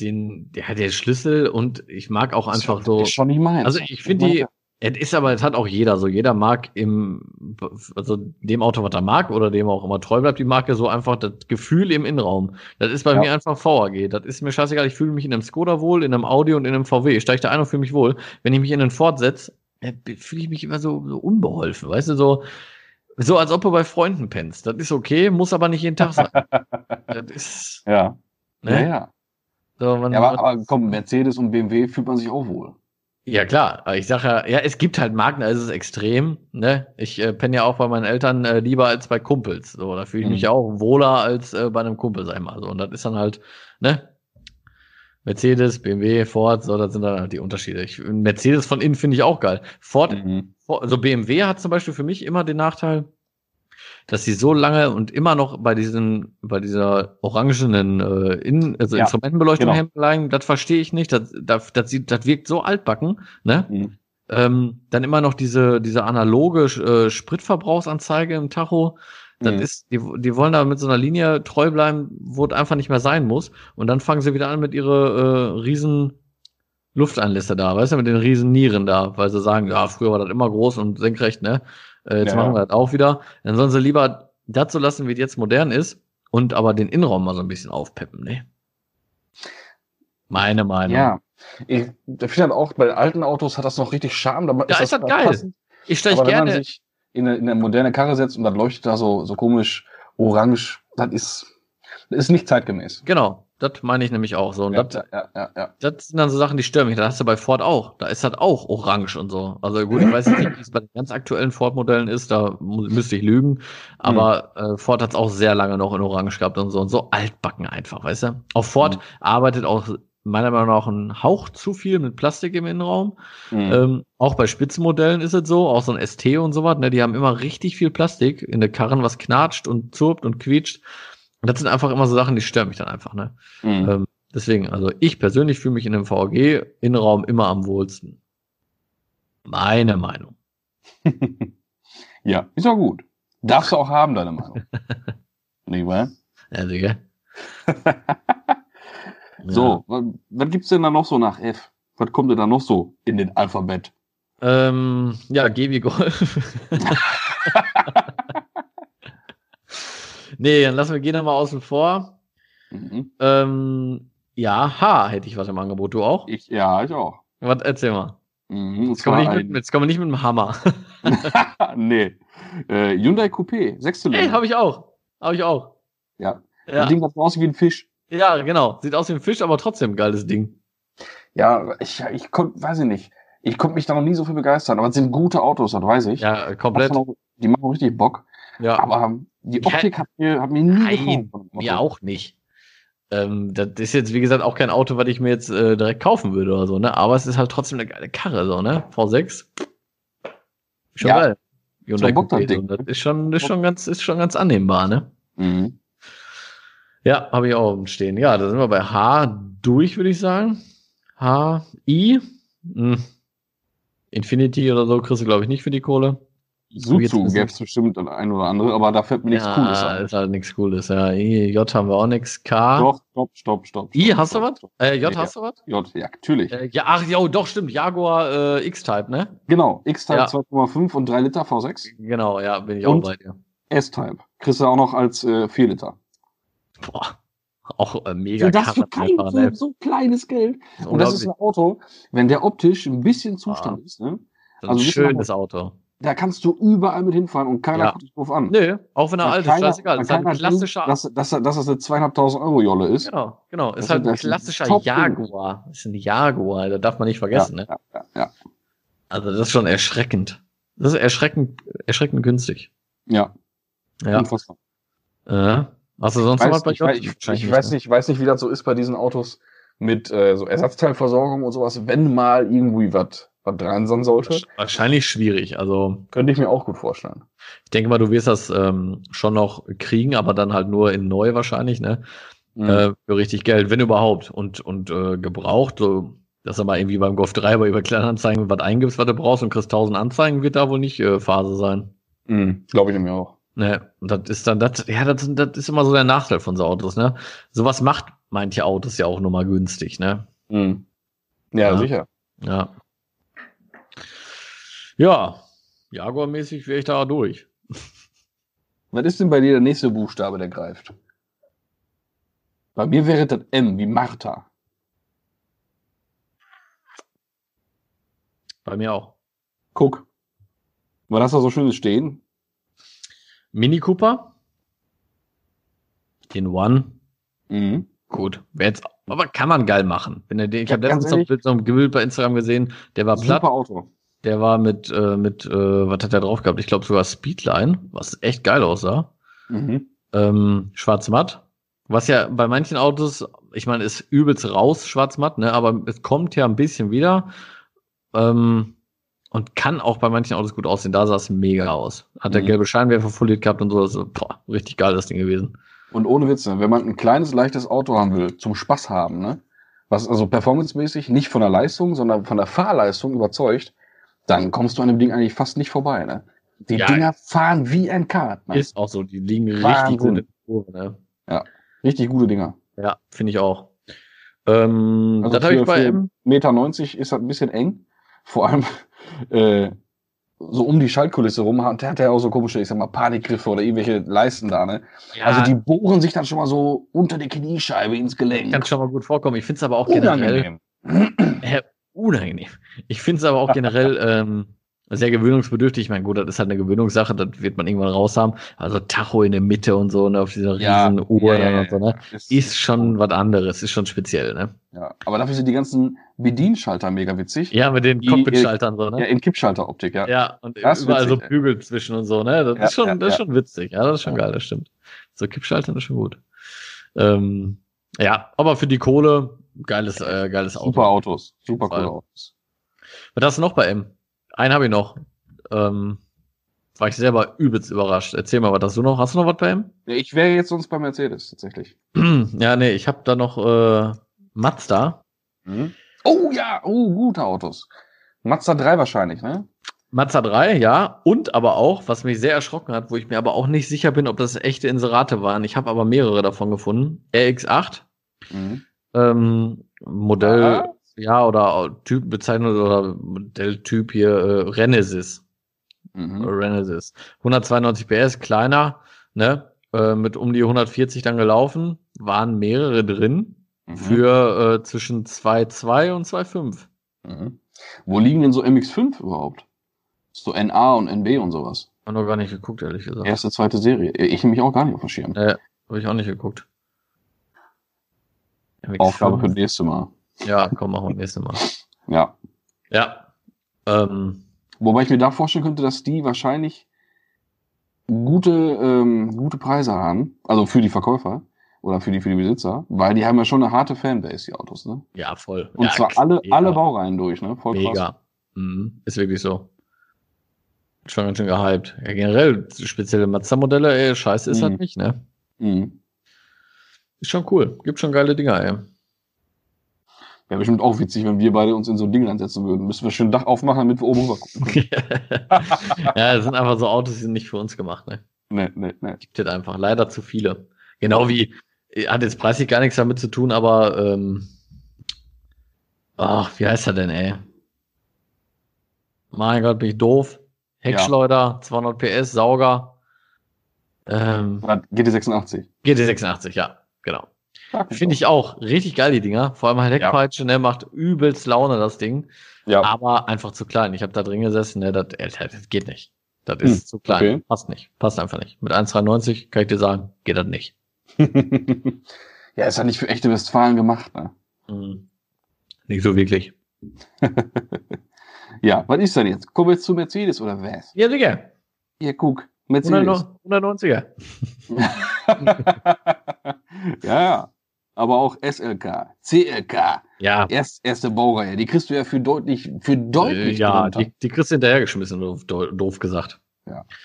Den, der hat den Schlüssel und ich mag auch einfach so.
Ist schon nicht meins.
Also ich finde die, es ist aber, es hat auch jeder so. Jeder mag im, also dem Auto, was er mag oder dem auch immer treu bleibt, die Marke so einfach das Gefühl im Innenraum. Das ist bei
Ja.
mir einfach VAG. Das ist mir scheißegal. Ich fühle mich in einem Skoda wohl, in einem Audi und in einem VW. Ich steige da ein und fühle mich wohl. Wenn ich mich in einen Ford setze, fühle ich mich immer so, so unbeholfen. Weißt du, so, so als ob du bei Freunden pennst. Das ist okay, muss aber nicht jeden Tag sein. das ist,
Ja, ja,
ne?
ja.
So, man,
ja aber, aber komm, Mercedes und BMW fühlt man sich auch wohl.
Ja, klar. Aber ich sage ja, ja, es gibt halt Marken, da ist es extrem. Ne? Ich äh, penne ja auch bei meinen Eltern äh, lieber als bei Kumpels. So, da fühle ich mich
Mhm.
ja auch wohler als äh, bei einem Kumpel, sag ich mal. So, und das ist dann halt, ne? Mercedes, BMW, Ford, so, das sind dann halt die Unterschiede. Ich, Mercedes von innen finde ich auch geil. Ford,
Mhm,
Ford- also BMW hat zum Beispiel für mich immer den Nachteil, dass sie so lange und immer noch bei diesen, bei dieser orangenen äh, In also
Ja,
Instrumentenbeleuchtung
genau.
hängen bleiben, das verstehe ich nicht. Das, das, das, sieht, das wirkt so altbacken, ne?
Mhm.
Ähm, dann immer noch diese, diese analoge äh, Spritverbrauchsanzeige im Tacho. Dann
Mhm.
ist, die, die wollen da mit so einer Linie treu bleiben, wo es einfach nicht mehr sein muss. Und dann fangen sie wieder an mit ihre äh, riesen Luftanlässe da, weißt du, mit den riesen Nieren da, weil sie sagen, ja, früher war das immer groß und senkrecht, ne? Äh, jetzt
Ja.
machen wir das auch wieder. Dann sollen sie lieber das so lassen, wie es jetzt modern ist, und aber den Innenraum mal so ein bisschen aufpeppen, ne? Meine Meinung.
Ja. Ich, ich finde halt auch, bei alten Autos hat das noch richtig Charme. Da
Ja, ist das geil.
passend.
Ich steige
aber wenn
gerne.
man sich in eine, in eine moderne Karre setzt und dann leuchtet da so, so komisch orange, das ist, das ist nicht zeitgemäß.
Genau, das meine ich nämlich auch so. Und
Ja,
das,
ja, ja, ja.
das sind dann so Sachen, die stören mich. Das hast du bei Ford auch. Da ist das auch orange und so. Also gut, ich weiß nicht, wie es bei den ganz aktuellen Ford-Modellen ist, da mu- müsste ich lügen. Aber äh, Ford hat es auch sehr lange noch in orange gehabt und so. Und so altbacken einfach, weißt du? Auch Ford
Mhm.
arbeitet auch meiner Meinung nach ein Hauch zu viel mit Plastik im Innenraum.
Mhm.
Ähm, auch bei Spitzenmodellen ist es so, auch so ein ST und sowas, ne, die haben immer richtig viel Plastik in der Karren, was knatscht und zurbt und quietscht. Und das sind einfach immer so Sachen, die stören mich dann einfach, ne?
Mhm.
Ähm, deswegen, also ich persönlich fühle mich in einem VAG-Innenraum immer am wohlsten. Meine Meinung. äh.
ja, ist auch gut. Darfst du auch haben, deine Meinung. nicht wahr?
Also, gell? ja.
So, was, was gibt's denn da noch so nach F? Was kommt denn da noch so in den Alphabet?
Ähm, ja, geh wie Golf. nee, dann lassen wir G nochmal außen vor.
Mhm.
Ähm, Ja, ha, hätte ich was im Angebot. Du auch?
Ich, ja, ich auch.
Was, erzähl mal.
Mhm,
Jetzt kommen wir nicht mit, jetzt kommen wir nicht mit dem Hammer.
nee. Äh, Hyundai Coupé,
Ey,
Sechszylinder.
habe ich auch. Habe ich auch.
Ja. Das
Ja.
Ding, das aussieht wie ein Fisch.
ja, genau. Sieht aus wie ein Fisch, aber trotzdem ein geiles Ding.
Ja, ich, ich konnte, weiß ich nicht. Ich konnte mich da noch nie so viel begeistern, aber es sind gute Autos, das weiß ich.
Ja,
Macht
komplett.
schon Auch, die machen auch richtig Bock.
Ja,
Aber ähm, die
Ja.
Optik hat mir, hat mir nie
Nein,
gefallen.
mir auch nicht. Ähm, das ist jetzt, wie gesagt, auch kein Auto, was ich mir jetzt äh, direkt kaufen würde oder so, ne? Aber es ist halt trotzdem eine geile Karre, so, ne? V6. Schon
Ja. ne?
geil. Hyundai
Bock, das
Coupé, so.
Ding,
das ist schon, das ist schon ganz, ist schon ganz annehmbar, ne?
Mhm.
Ja, habe ich auch oben stehen. Ja, da sind wir bei H durch, würde ich sagen. H, I. Hm. Infinity oder so kriegst du, glaube ich, nicht für die Kohle. jetzt
Suzu
ist
gäbe es bestimmt das ein oder andere, aber da fällt mir nichts
ja,
Cooles ein.
Ist halt nichts Cooles, ja. I, J haben wir auch nichts. K.
Doch, stopp, stopp, stopp.
I,
stopp,
hast du
stopp,
was?
stopp.
Äh, J,
Ja.
hast du was?
J, ja, natürlich.
Äh, ja, ach, jo, doch, stimmt. Jaguar äh, X-Type, ne?
Genau, X-Type
ja.
2,5 und 3 Liter V6.
Genau, ja, bin ich
Und?
auch bei dir.
S-Type. Kriegst du auch noch als äh, 4 Liter.
Boah, auch äh, mega Karre einfach, ne?
so kleines Geld. Und das ist
Unglaublich.
ein Auto, wenn der optisch ein bisschen Zustand
Ah.
ist, ne,
So ein
also wissen wir
schönes Auto.
da kannst du überall mit hinfahren und keiner
Ja.
guckt dich drauf an.
Nö, auch wenn
Also
er alt ist, scheißegal. Das ist halt ein klassischer
dass, dass, dass das eine 2.500 Euro Jolle ist.
Genau, genau.
Das
Ist halt
ist-
ein
das ist ein
klassischer
Top-Ding.
Jaguar. Ist ein Jaguar, da darf man nicht vergessen, ne?
ja, ja, ja,
Also das ist schon erschreckend. Das ist erschreckend, erschreckend günstig.
ja, ja.
Ja.
unfassbar.
Äh, hast du sonst
Ich
noch was
weiß,
bei
ich, weiß, ich, ich weiß
ne? Hm?
nicht, weiß nicht, wie das so ist bei diesen Autos mit äh, so Ersatzteilversorgung und sowas. Wenn mal irgendwie was was dran sein sollte,
ne? Wahrscheinlich schwierig. Also
könnte ich mir auch gut vorstellen.
ich denke mal, du wirst das ähm, schon noch kriegen, aber dann halt nur in neu wahrscheinlich, ne?
Mhm.
Äh, für richtig Geld, wenn überhaupt. Und, und äh, gebraucht, so, dass du mal irgendwie beim Golf 3 bei über Kleinanzeigen was eingibst, was du brauchst und kriegst 1000 Anzeigen, wird da wohl nicht äh, Phase sein.
Mhm. Glaube ich nämlich auch.
Ne, und das ist dann, das, ja, das, das ist immer so der Nachteil von so Autos, ne? Sowas macht manche Autos ja auch nur mal günstig, ne?
Mhm. Ja,
Ja.
sicher.
Ja. Ja, Jaguar-mäßig wäre ich da durch.
Was ist denn bei dir der nächste Buchstabe, der greift? Bei mir wäre das M, wie Martha.
Bei mir auch.
Guck. War das da so schönes Stehen?
Mini Cooper? Den One?
Mhm.
Gut, wer jetzt, aber kann man geil machen. Wenn er den, ich
Ja,
habe
ganz
letztens so ein
ehrlich.
Bild, so ein Bild bei Instagram gesehen, der war platt,
Super Auto.
der war mit, äh, mit, äh, was hat er drauf gehabt? Ich glaube sogar Speedline, was echt geil aussah.
Mhm.
Ähm, schwarz-matt. Was ja bei manchen Autos, ich meine, ist übelst raus, schwarz-matt, ne? aber es kommt ja ein bisschen wieder. Ähm, und kann auch bei manchen Autos gut aussehen. Da sah es mega aus. Hat der
Mhm.
gelbe Scheinwerfer foliert gehabt und so. Das ist, boah, richtig geil das Ding gewesen.
Und ohne Witze, wenn man ein kleines, leichtes Auto haben will, zum Spaß haben, ne? Was also performancemäßig nicht von der Leistung, sondern von der Fahrleistung überzeugt, dann kommst du an dem Ding eigentlich fast nicht vorbei, ne? Die
Ja.
Dinger fahren wie ein Kart, ne?
Ist auch so, die liegen richtig
Wahnsinn.
gut in der Kurve. Ne?
Richtig gute Dinger.
Ja, finde ich auch. Ähm,
Also
das habe ich
für-
bei
für-
M.
Meter 90 ist halt ein bisschen eng. Vor allem äh, so um die Schaltkulisse rum hat, hat er auch so komische, ich sag mal, Panikgriffe oder irgendwelche Leisten da, ne? Also die bohren sich dann schon mal so unter die Kniescheibe ins Gelenk.
kann schon mal gut vorkommen. Ich finde es aber auch generell äh, unangenehm. Ich finde es aber auch generell ähm, sehr gewöhnungsbedürftig. Ich meine, gut, das ist halt eine Gewöhnungssache, das wird man irgendwann raus haben. Also Tacho in der Mitte und so, ne, auf dieser
Ja,
riesen Uhr
ja, ja,
dann
ja,
und so, ne? Ist schon was anderes, ist schon speziell, ne?
Ja. Aber dafür sind die ganzen Bedienschalter mega witzig.
Ja, mit den
Die- äh,
Cockpit-Schaltern so,
Ja,
ne?
in Kippschalteroptik, ja.
Ja, und
Das ist
überall so
witzig, ey.
Bügel zwischen und so, ne? Das
Ja,
ist schon,
ja,
das ist
ja.
schon witzig. Ja, das ist schon
Ja.
geil, das stimmt. So Kippschaltern ist schon gut. Ähm, ja, aber für die Kohle, geiles, äh, geiles Auto.
Super Autos, super
Voll.
coole Autos.
Was hast du noch bei M? Einen habe ich noch. Ähm, war ich selber übelst überrascht. Erzähl mal, was hast du noch? Hast du noch was bei M?
Ja, Ich wäre jetzt sonst bei Mercedes tatsächlich.
ja, nee, ich habe da noch äh, Mazda. Mhm.
Oh ja, oh, gute Autos. Mazda 3 wahrscheinlich, ne?
Mazda 3, ja. Und aber auch, was mich sehr erschrocken hat, wo ich mir aber auch nicht sicher bin, ob das echte Inserate waren. Ich habe aber mehrere davon gefunden. RX8,
Mhm.
ähm, Modell,
Ah.
ja, oder Typbezeichnung oder Modelltyp hier, äh, Renesis. Äh,
Mhm.
Renesis. 192 PS, kleiner, ne? Äh, mit um die 140 dann gelaufen, waren mehrere drin.
Mhm.
für äh, zwischen 2,2 und 2,5.
Mhm. Wo liegen denn so MX5 überhaupt? So NA und NB und sowas.
Hab noch gar nicht geguckt, ehrlich gesagt.
Erste, zweite Serie. Äh, Ich nehme mich auch gar nicht auf den Schirm.
Nee, habe ich auch nicht geguckt. MX5.
Aufgabe für das nächste Mal.
Ja, komm, machen wir das nächste Mal.
Ja.
Ja. Ähm,
Wobei ich mir da vorstellen könnte, dass die wahrscheinlich gute, ähm, gute Preise haben. Also für die Verkäufer oder für die, für die Besitzer. Weil die haben ja schon eine harte Fanbase, die Autos, ne?
ja, voll.
Und
ja,
zwar alle,
mega.
alle Baureihen durch, ne? Voll krass.
Mega. Mhm. Ist wirklich so. Schon ganz schön gehypt. Ja, generell, spezielle Mazda-Modelle, ey, scheiße ist
Mhm.
halt nicht, ne?
Mhm.
Ist schon cool. Gibt schon geile Dinger, ey.
Wäre bestimmt auch witzig, wenn wir beide uns in so ein Ding reinsetzen würden. Müssen wir schön ein Dach aufmachen, damit wir oben rüber gucken.
ja, das sind einfach so Autos, die sind nicht für uns gemacht, ne?
Nee, nee, nee.
Gibt es einfach leider zu viele. Genau wie, äh, hat jetzt preislich gar nichts damit zu tun, aber, ähm, ach, wie heißt er denn, ey? Mein Gott, bin ich doof. Heckschleuder, 200 PS, Sauger, ähm,
Was? GT86.
GT86, ja, genau. Finde ich auch richtig geil, die Dinger. Vor allem halt Heckpeitsche, ne, macht übelst Laune, das Ding.
Ja.
Aber einfach zu klein. Ich habe da drin gesessen, ne, das, äh, das das geht nicht. Das ist zu klein.
Hm, okay.
Passt nicht. Passt einfach nicht. Mit 1,93 kann ich dir sagen, geht das nicht.
ja, ist ja nicht für echte Westfalen gemacht, ne?
Mhm. Nicht so wirklich.
Ja, was ist denn jetzt? Kommen wir jetzt zu Mercedes oder was?
Ja, Digga.
Hier, guck, Mercedes.
190er.
ja, ja. Aber auch SLK, CLK,
Ja.
erst, erste Baureihe, die kriegst du ja für deutlich, für deutlich
Äh, ja,
drunter.
die, die kriegst du hinterhergeschmissen, doof, doof gesagt.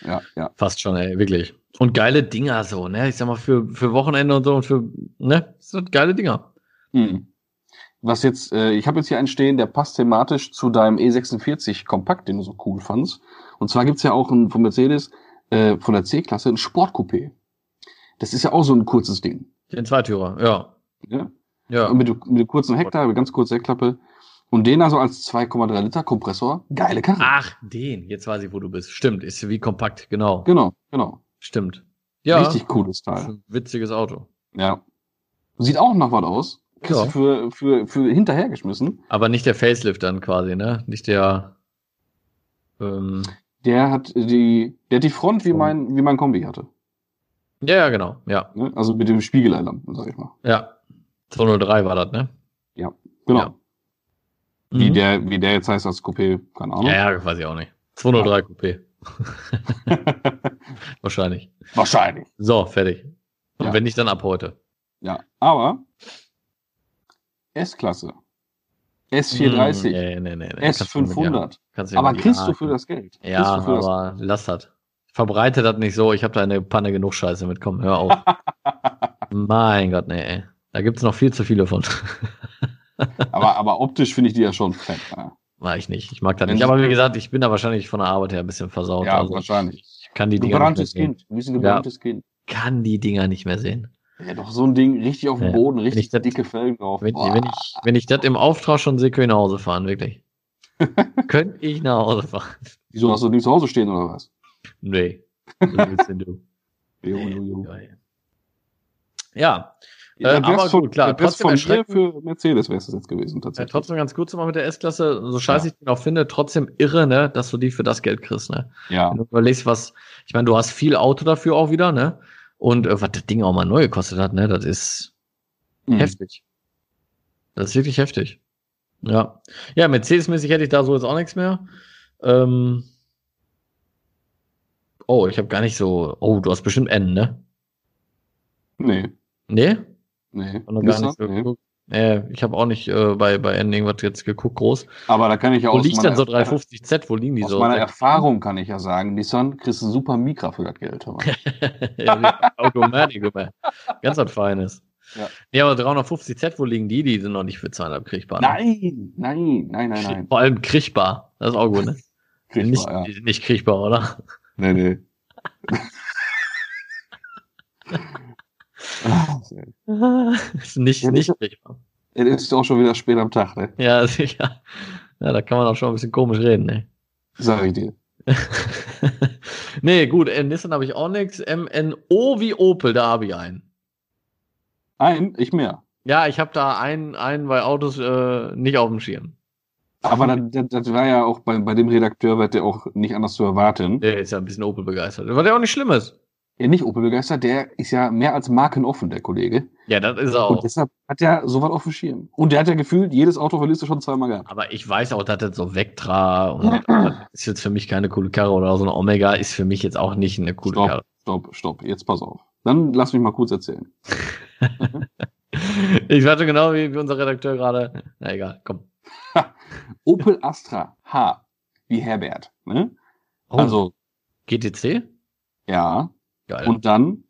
ja, ja.
Fast schon, ey, wirklich. Und geile Dinger so, ne? Ich sag mal, für, für Wochenende und so und für, ne? Das sind geile Dinger.
Mhm. Was jetzt, äh, ich habe jetzt hier einen stehen, der passt thematisch zu deinem E46 Kompakt, den du so cool fandst. Und zwar gibt's ja auch ein, von Mercedes, äh, von der C-Klasse, ein Sportcoupé. Das ist ja auch so ein kurzes Ding.
Den Zweitürer, ja.
Ja?
Ja.
Mit, mit der kurzen Heckklappe, ganz kurze Heckklappe. Und den also als 2,3 Liter Kompressor. Geile Karre.
Ach, den. Jetzt weiß ich, wo du bist. Stimmt, ist wie kompakt, genau.
Genau, genau.
Stimmt. Ja.
Richtig cooles
Ist
Teil.
ein Witziges Auto.
Ja. Sieht auch nach was aus. Kriegst
Ja.
du für, für, für hinterhergeschmissen.
Aber nicht der Facelift dann quasi, ne? Nicht der. Ähm,
Der hat die, der hat die Front, wie mein, wie mein Kombi hatte.
ja, ja, genau. Ja,
Ne? Also mit dem Spiegeleilampen, sag ich mal.
ja. 203 war das, ne?
Genau.
Ja.
Wie,
Mhm.
der, wie der jetzt heißt als Coupé, keine Ahnung.
Ja, ja, weiß ich auch nicht. 203 Coupé. Wahrscheinlich.
Wahrscheinlich.
So, fertig. Und
Ja.
wenn nicht, dann ab heute.
Ja. Aber S-Klasse. S430.
Hm, nee, nee, nee, nee.
S500.
Kannst du mit- ja, kannst du
aber
mit-
kriegst
ja,
du für das Geld.
Ja,
kriegst du für das
aber lass das. Verbreite das nicht so. Ich habe da eine Panne genug Scheiße mit. Komm, hör auf. mein Gott, nee, ey. Da gibt's noch viel zu viele von.
Aber, aber optisch finde ich die ja schon fett. Ja,
War ich nicht. Ich mag das
Wenn
nicht.
sie-
Aber wie gesagt, ich bin da wahrscheinlich von der Arbeit her ein bisschen versaut.
ja
also
wahrscheinlich.
Ich kann die Dinger
Gebranntes
nicht mehr sehen.
Kind. Du bist ein gebranntes Kind.
Kann die Dinger nicht mehr sehen.
Ja, doch so ein Ding richtig auf dem
Ja.
Boden,
Wenn
richtig
ich das-
dicke Felgen drauf.
Wenn,
Boah.
wenn ich, wenn ich das im Auftrag schon sehe, könnte ich nach Hause fahren, wirklich. Könnte ich nach Hause fahren?
Wieso hast du die zu Hause stehen oder was?
Nee. Was willst denn du?
Jo, jo, jo.
Ja, Äh,
Ja, wär's
aber gut, klar,
das wär's
trotzdem
von mir
erschreckend.
für Mercedes wäre es jetzt gewesen,
Ja,
tatsächlich.
trotzdem ganz gut zu machen mit der S-Klasse. So scheiße ich den auch finde, trotzdem irre, ne, dass du die für das Geld kriegst, ne.
Ja,
Wenn du überlegst, was, ich meine, du hast viel Auto dafür auch wieder, ne. Und äh, was das Ding auch mal neu gekostet hat, ne, das ist
Mhm.
heftig. Das ist wirklich heftig. Ja. Ja, Mercedes-mäßig hätte ich da so jetzt auch nichts mehr. Ähm, oh, ich habe gar nicht so, oh, du hast bestimmt N, ne?
Nee,
Nee?
nee.
Hab noch gar
Nissan? Mhm.
nicht so
nee.
geguckt. Nee, ich habe auch nicht äh, bei, bei N irgendwas jetzt geguckt, groß.
Aber da kann ich ja
Wo
aus
liegt
meiner,
dann so 350Z? Wo liegen die
aus
so?
meiner Erfahrung kann ich ja sagen, Nissan kriegst du super Mikra für das Geld. hör mal.
Ja, Automatik, aber ganz was Feines.
Ja.
Ja. Nee, aber 350Z, wo liegen die? Die sind noch nicht für 200 kriegbar. ne?
Nein, nein, nein, nein, nein.
Vor allem kriegbar. Das ist auch gut, ne?
Kriegbar,
nicht,
ja.
nicht kriegbar, oder?
Nee, nee. Ah,
ist nicht,
Ja,
nicht
das-
kriegbar.
Es ist auch schon wieder spät am Tag, ne?
Ja, sicher. Ja, da kann man auch schon ein bisschen komisch reden, ne?
Sag ich dir.
nee, gut, äh, Nissan habe ich auch nichts. MNO wie Opel, da habe ich einen.
Ein, ich mehr.
Ja, ich habe da einen, einen bei Autos äh, nicht auf dem Schirm.
Aber das, das, das war ja auch bei, bei dem Redakteur, war der auch nicht anders zu erwarten.
Der ist ja ein bisschen Opel begeistert. Was ja auch nicht schlimm ist.
Ja, nicht Opel begeistert, der ist ja mehr als markenoffen, der Kollege.
Ja, das ist er
Und
auch.
deshalb hat er sowas auf dem Schirm. Und der hat ja gefühlt jedes Auto auf der Liste schon zweimal gehabt.
Aber ich weiß auch, dass das so Vectra und das ist jetzt für mich keine coole Karre oder so eine Omega ist für mich jetzt auch nicht eine coole
Stopp.
Karre.
Stopp, stopp, jetzt pass auf. Dann lass mich mal kurz erzählen.
Ich warte genau wie, wie unser Redakteur gerade. Na egal, komm.
Opel Astra H, wie Herbert. Ne?
Oh.
Also,
GTC?
ja.
Geil.
Und dann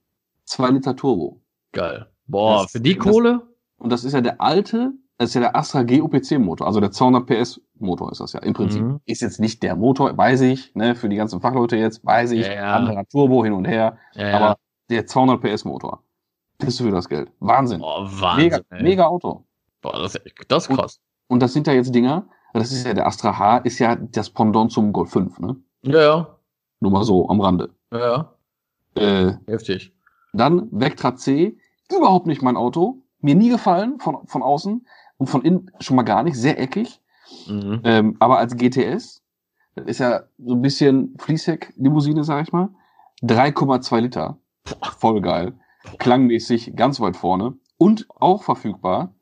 zwei Liter Turbo.
geil. Boah,
Das-
für die
das-
Kohle?
Und das ist ja der alte, das ist ja der Astra GOPC-Motor, also der 200 PS-Motor ist das ja im Prinzip.
Mhm.
Ist jetzt nicht der Motor, weiß ich, ne, für die ganzen Fachleute jetzt, weiß ich,
Ja, ja.
anderer Turbo hin und her,
Ja, ja.
aber der 200 PS-Motor. Bist du für das Geld? Wahnsinn.
Boah, Oh, Wahnsinn.
mega,
ey.
mega Auto.
Boah, das, das ist krass.
Und das sind ja jetzt Dinger, das ist ja der Astra H, ist ja das Pendant zum Golf 5, ne?
Ja, ja.
Nur mal so am Rande.
Ja, ja.
Äh,
Heftig.
Dann Vectra C, überhaupt nicht mein Auto. Mir nie gefallen, von, von außen und von innen schon mal gar nicht, sehr eckig.
Mhm.
Ähm, aber als GTS, das ist ja so ein bisschen Fließheck-Limousine, sag ich mal. 3,2 Liter. Voll geil. Klangmäßig ganz weit vorne. Und auch verfügbar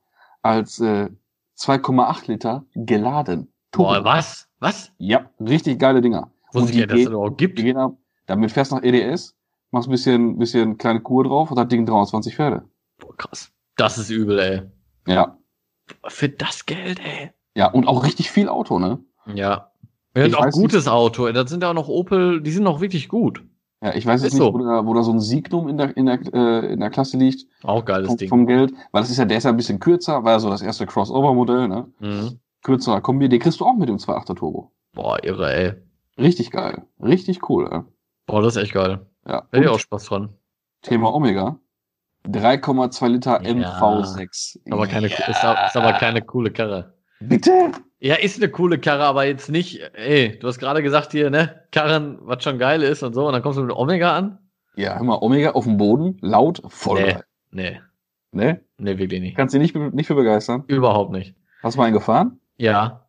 als äh, 2,8 Liter geladen.
Boah, was? Was?
Ja, richtig geile Dinger. Und
Wusste
die
ich ja, dass es
geht-
das überhaupt gibt.
Die gehen ab. Damit fährst du nach EDS, machst ein bisschen, bisschen kleine Kur drauf und hat Ding 320 Pferde.
Boah, krass. Das ist übel, ey.
Ja.
Für das Geld, ey.
Ja, und auch richtig viel Auto, ne?
Ja.
Ich
Ja, und auch
weiß
gutes Auto. Das sind ja auch noch Opel, die sind noch wirklich gut.
Ja, ich weiß jetzt
Ist
nicht,
so.
wo, da, wo da so ein Signum in der, in der, äh, in der Klasse liegt
Auch geiles
vom,
Ding.
vom Geld, weil das ist ja, der ist ja ein bisschen kürzer, war ja so das erste Crossover-Modell, ne?
Mhm.
Kürzerer Kombi, den kriegst du auch mit dem 2.8er Turbo.
Boah, irre, ey.
Richtig geil. Richtig cool, ey.
Boah, das ist echt geil.
Ja.
Hätte ich auch
Und
Spaß dran.
Thema Omega. 3,2 Liter
Ja.
MV6.
Aber keine, ist, a- ist aber keine coole Karre.
Bitte?
Ja, ist eine coole Karre, aber jetzt nicht, ey, du hast gerade gesagt hier, ne, Karren, was schon geil ist und so, und dann kommst du mit Omega an?
Ja, hör mal, Omega auf dem Boden, laut, voll
Nee.
geil.
Nee,
Ne?
nee, wirklich nicht.
Kannst du dich nicht, nicht für begeistern.
Überhaupt nicht.
Hast du mal einen gefahren?
Ja.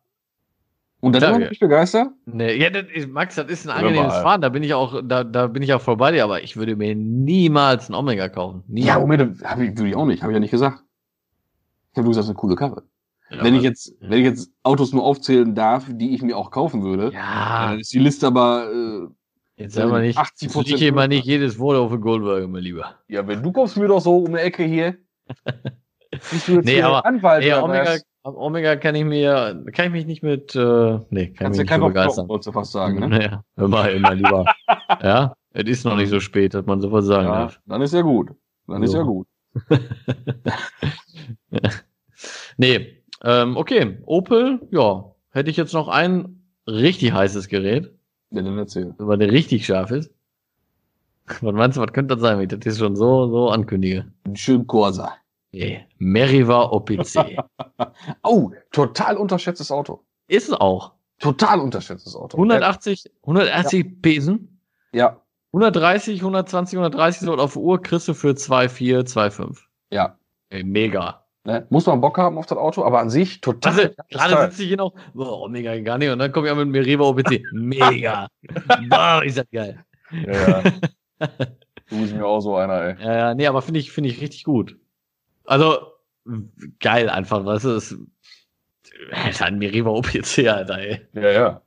Und dann
Klar,
immer
ja.
noch nicht begeistert?
Nee, ja, das ist, Max, das ist ein
Hör
angenehmes
mal.
Fahren, da bin ich auch, da, da bin ich auch voll bei dir, aber ich würde mir niemals einen Omega kaufen.
Ja,
Niemals.
Moment, hab ich, würde ich auch nicht, habe ich ja nicht gesagt. Ich habe nur gesagt, das ist eine coole Karre.
Ja,
wenn ich
aber-
jetzt, wenn ich jetzt Autos nur aufzählen darf, die ich mir auch kaufen würde,
Ja.
dann ist die Liste aber, äh,
Jetzt sag mal nicht,
80%
jetzt liegt hier mal nicht jedes Wort auf den Goldberg, mein Lieber.
ja, wenn du kaufst mir doch so um die Ecke hier. Bist du jetzt
Nee,
hier
aber-
Anwalt
Ey,
oder
Omega,
was?
Omega kann ich mir, kann ich mich nicht mit, äh, nee, kann
Kannst
ich
du
mich nicht
keinen
so
auf den
begeistern.
Kopf, wolltest du fast sagen, ne?
Ja, immer, immer lieber. ja, es ist noch nicht so spät, dass man sowas sagen
Ja,
darf.
dann ist ja gut. Dann ist
So.
ja gut.
Nee, ähm, okay, Opel, ja, hätte ich jetzt noch ein richtig heißes Gerät,
Ja, dann erzähl.
weil der richtig scharf ist. Was meinst du, was könnte das sein, wenn ich das jetzt schon so, so ankündige?
Einen schönen Corsa.
Nee, Meriva OPC.
Oh, total unterschätztes Auto.
ist es auch.
Total unterschätztes Auto.
180, 180 Besen,
Ja,
130, 120, 130 so auf die Uhr kriegst du für 2,4, 2,5.
ja.
Ey, mega.
Ne? Muss man Bock haben auf das Auto, aber an sich total.
Also,
geiles
gerade
Teil.
sitze ich hier noch, boah, mega, gar nicht. Und dann komme ich auch mit mir Rewe OPC. Mega. boah, ist das geil.
ja, ja. Du bist mir auch so einer, ey.
Ja, ja, nee, aber finde ich, finde ich richtig gut. Also, w- geil einfach, weißt du, es, Alter, ein Meriva OPC, Alter, ey.
Ja, ja.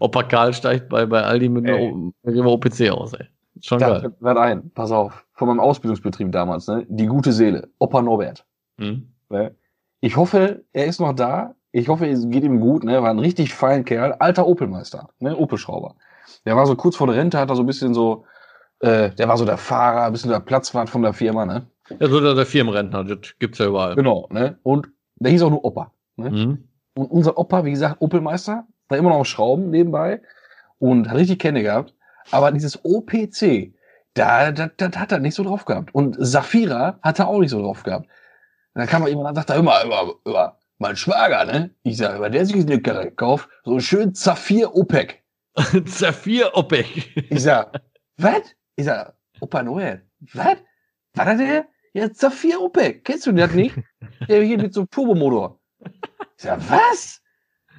Opa Karl steigt bei, bei Aldi mit
Ey.
einem O- Meriva OPC aus, ey. Ist Schon
Da
geil.
fällt mir ein, pass auf, von meinem Ausbildungsbetrieb damals, ne? Die gute Seele, Opa Norbert.
Hm?
Ne? Ich hoffe, er ist noch da. Ich hoffe, es geht ihm gut, ne? War ein richtig feiner Kerl, alter Opelmeister, ne? Opelschrauber. Der war so kurz vor der Rente, hat er so ein bisschen so, äh, der war so der Fahrer, ein bisschen der Platzwart von der Firma, ne?
Ja, so der, der Firmenrentner, das gibt's ja überall.
Genau, ne? Und der hieß auch nur Opa. ne?
Mhm.
Und unser Opa, wie gesagt, Opelmeister, da immer noch am Schrauben nebenbei und hat richtig Kenne gehabt. Aber dieses OPC, da, da, da hat er nicht so drauf gehabt. Und Safira hat er auch nicht so drauf gehabt. Und dann kam man jemand und sagt da immer, über, über, mein Schwager, ne? Ich sage, über der sich eine Karre kauft, so schön Saphir OPEC.
Zafir Opek.
Ich sag, was? Ich sag, Opa Noel, was? War das der? Ja, Zafir Opel, kennst du das nicht? Der hier mit so einem Turbomotor. Ich sag, was?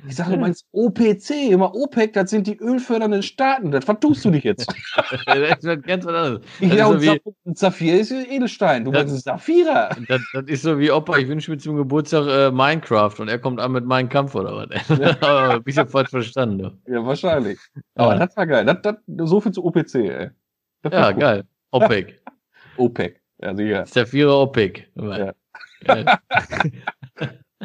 Ich sag, du meinst OPC, immer OPEC, das sind die ölfördernden Staaten. Das vertust du dich jetzt.
das ist was ganz was anderes.
Ich
Das ist
ja,
so
und
Also wie-
Saf- ein Saphir ist ein Edelstein. Du
Das-
meinst ein Saphira.
Das, das ist so wie Opa, ich wünsche mir zum Geburtstag äh, Minecraft und er kommt an mit meinem Kampf oder was. Aber ein bisschen falsch verstanden. Du.
Ja, wahrscheinlich. Aber
ja,
das war geil. Das, das, so viel zu OPC, E ey. Das war
ja
cool.
geil. OPEC.
OPEC. Ja, sicher.
Ist der Vierer OPEC.
Ja.
Geil.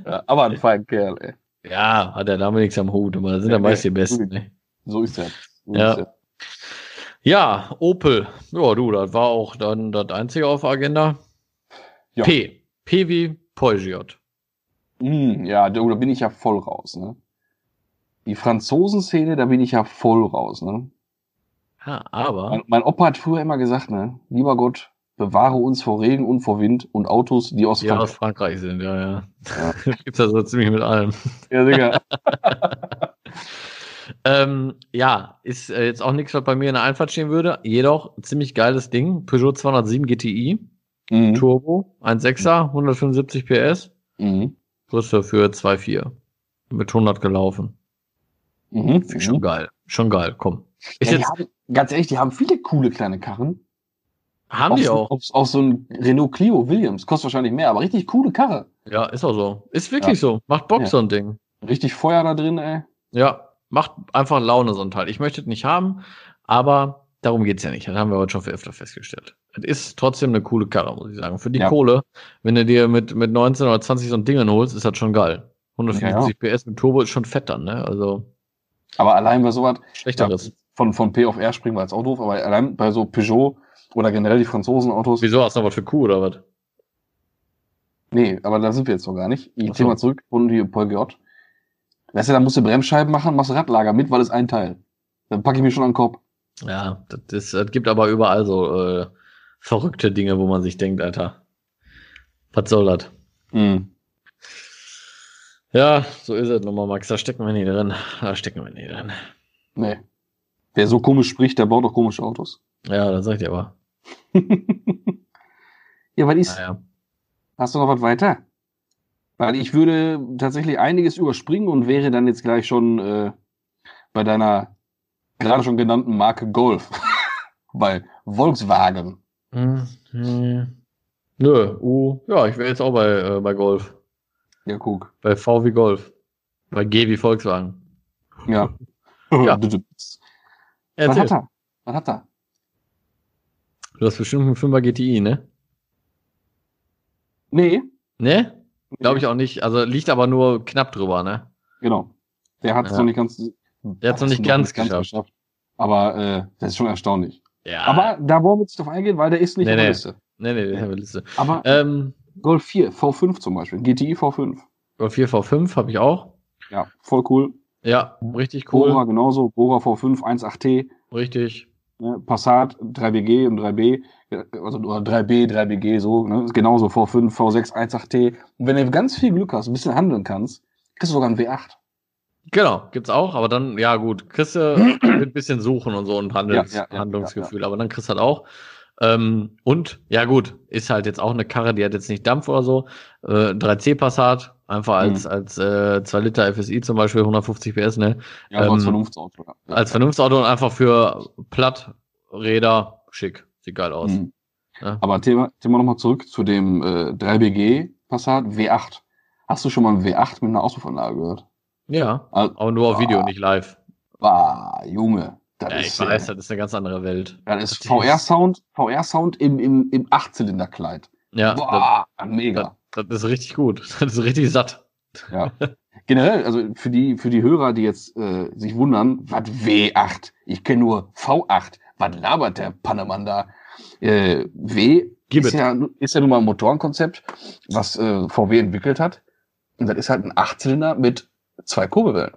Ja, aber ein feiner Kerl, ey.
Ja, hat der Name nichts am Hut, aber das sind ja
Nee,
meist die
nee.
Besten. Ne?
So ist er. So
Ja.
Ist er.
Ja, Opel. Ja, du, das war auch dann das Einzige auf der Agenda.
Ja.
P. P wie Peugeot.
Mm, ja, da, da bin ich ja voll raus, ne? Die Franzosenszene, da bin ich ja voll raus, ne?
Ja, Ah, aber
Mein, mein Opa hat früher immer gesagt, ne? Lieber Gott, bewahre uns vor Regen und vor Wind und Autos, die aus
die aus
Frankreich.
Frankreich sind, ja, ja. Gibt's ja so ziemlich mit allem.
Ja, Digga.
Ähm, ja, ist äh, jetzt auch nichts, was bei mir in der Einfahrt stehen würde. Jedoch ziemlich geiles Ding. Peugeot 207 GTI,
mhm.
Turbo, 1.6er, 175 PS.
Mhm.
Größe für 2.4. Mit 100 gelaufen.
Mhm.
Finde ich schon geil. Schon geil, komm. Ist
ja, die
jetzt,
haben, ganz ehrlich, die haben viele coole kleine Karren.
haben die
so-
auch.
Auch, auch so ein Renault Clio Williams. Kostet wahrscheinlich mehr, aber richtig coole Karre.
Ja, ist auch so. Ist wirklich so. Macht Bock
Ja.
so ein Ding.
Richtig Feuer da drin, ey.
Ja, macht einfach Laune so ein Teil. Ich möchte es nicht haben, aber darum geht's ja nicht. Das haben wir heute schon für öfter festgestellt. Es ist trotzdem eine coole Karre, muss ich sagen. Für die
Ja.
Kohle, wenn du dir mit, mit 19 oder 20 so ein Ding holst, ist das schon geil. 175 PS mit Turbo ist schon fett dann, ne? Also
Aber allein bei sowas,
schlechteres.
von, von P auf R springen war jetzt auch doof, aber allein bei so Peugeot oder generell die Franzosenautos.
Wieso hast du noch was für Kuh oder was?
Nee, aber da sind wir jetzt noch gar nicht. Ich
Ach
zieh
so.
mal zurück und hier Peugeot. Weißt du, dann musst du Bremsscheiben machen, machst Radlager mit, weil es ein Teil. Dann packe ich mir schon an den Kopf.
Ja, das, ist, das gibt aber überall so äh, verrückte Dinge, wo man sich denkt, Alter, was soll das? Hm.
Mhm.
Ja, so ist es nochmal, Max. Da stecken wir nicht drin. Da stecken wir nicht drin.
Nee. Wer so komisch spricht, der baut doch komische Autos.
Ja, das sagt ihr aber.
Ja, was ist?
Naja.
Hast du noch was weiter? Weil ich würde tatsächlich einiges überspringen und wäre dann jetzt gleich schon äh, bei deiner gerade schon genannten Marke Golf. bei Volkswagen.
Hm, hm. Nö, uh, ja, ich wäre jetzt auch bei, äh, bei Golf.
Ja, guck.
Bei V wie Golf. Bei G wie Volkswagen.
Ja.
Ja.
Was hat
Erzähl.
er? Was hat er?
Du hast bestimmt einen 5er GTI, ne?
Nee.
Ne? Glaube ich auch nicht. Also liegt aber nur knapp drüber, ne?
Genau. Der hat es
Ja.
noch nicht ganz. Der
hat's noch nicht ganz geschafft.
Aber äh, das ist schon erstaunlich.
Ja.
Aber da wollen wir jetzt drauf eingehen, weil der ist nicht
Nee,
in der
nee.
Liste.
Ne, ne, wir haben eine Liste.
Aber
Ähm,
Golf 4, V5 zum Beispiel, GTI V5.
Golf 4 V5 habe ich auch.
Ja, voll cool.
Ja, richtig cool.
Bora genauso, Bora V5 1.8T,
Richtig.
ne? Passat 3BG und 3B, ja, also oder 3B, 3BG so, ne? Ist genauso V5, V6, 1.8T. Und wenn du ganz viel Glück hast, ein bisschen handeln kannst, kriegst du sogar einen W8.
Genau, gibt's auch, aber dann, ja gut, kriegst du mit ein bisschen Suchen und so und Handels,
Ja, ja, ja,
Handlungsgefühl, aber dann kriegst du halt auch. Ähm, und, ja gut, ist halt jetzt auch eine Karre, die hat jetzt nicht Dampf oder so. Äh, 3C Passat, einfach als,
Mhm.
als äh, 2 Liter FSI zum Beispiel, 150 PS, ne?
Ja, so als
Ähm,
Vernunftsauto. Ja.
Als Vernunftsauto und einfach für platt, Räder, schick. Sieht geil aus.
Mhm.
Ja.
Aber Thema, Thema nochmal zurück zu dem äh, 3BG Passat W8. Hast du schon mal einen W8 mit einer Auspuffanlage gehört?
Ja,
Also,
aber nur auf Video,
Ah.
nicht live.
bah, Junge, das
Ja, ich
ist,
weiß,
äh,
das ist eine ganz andere Welt.
das ist
das
VR-Sound, VR-Sound im, im, im Achtzylinderkleid.
Ja, das,
Boah, mega.
das ist richtig gut. Das ist richtig satt.
Ja. Generell, also für die, für die Hörer, die jetzt äh, sich wundern, was W8? Ich kenne nur V8. Was labert der Pannemann da? Äh, w
Gib
ist
it.
ja, ist ja nun mal ein Motorenkonzept, was äh, VW entwickelt hat. Und das ist halt ein Achtzylinder mit zwei Kurbelwellen.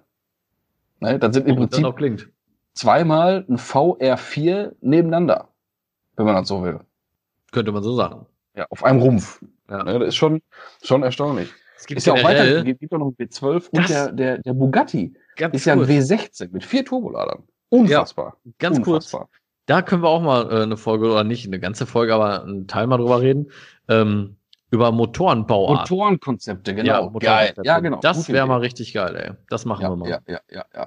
Ne? Das sind im
Und dann
Prinzip
auch klingt.
zweimal ein VR4 nebeneinander, wenn man das so will.
Könnte man so sagen.
Ja, auf einem Rumpf.
Ja.
Ne? Das ist schon, schon erstaunlich.
Es gibt
Ist ja auch weiter,
generell
gibt gibt ja noch ein B12
Das-
und der, der, der Bugatti
ganz
ist ja ein
kurz,
W16 mit vier Turboladern. Unfassbar.
ganz kurz,
Unfassbar.
Da können wir auch mal äh, eine Folge oder nicht eine ganze Folge, aber einen Teil mal drüber reden. Ähm, über Motorenbauart.
Motorenkonzepte, genau.
Ja,
Geil.
Motorenkonzepte.
Ja, genau.
Das
Gute
wäre
Idee.
mal richtig geil, ey. Das machen wir
Ja,
mal.
ja, ja, ja, ja.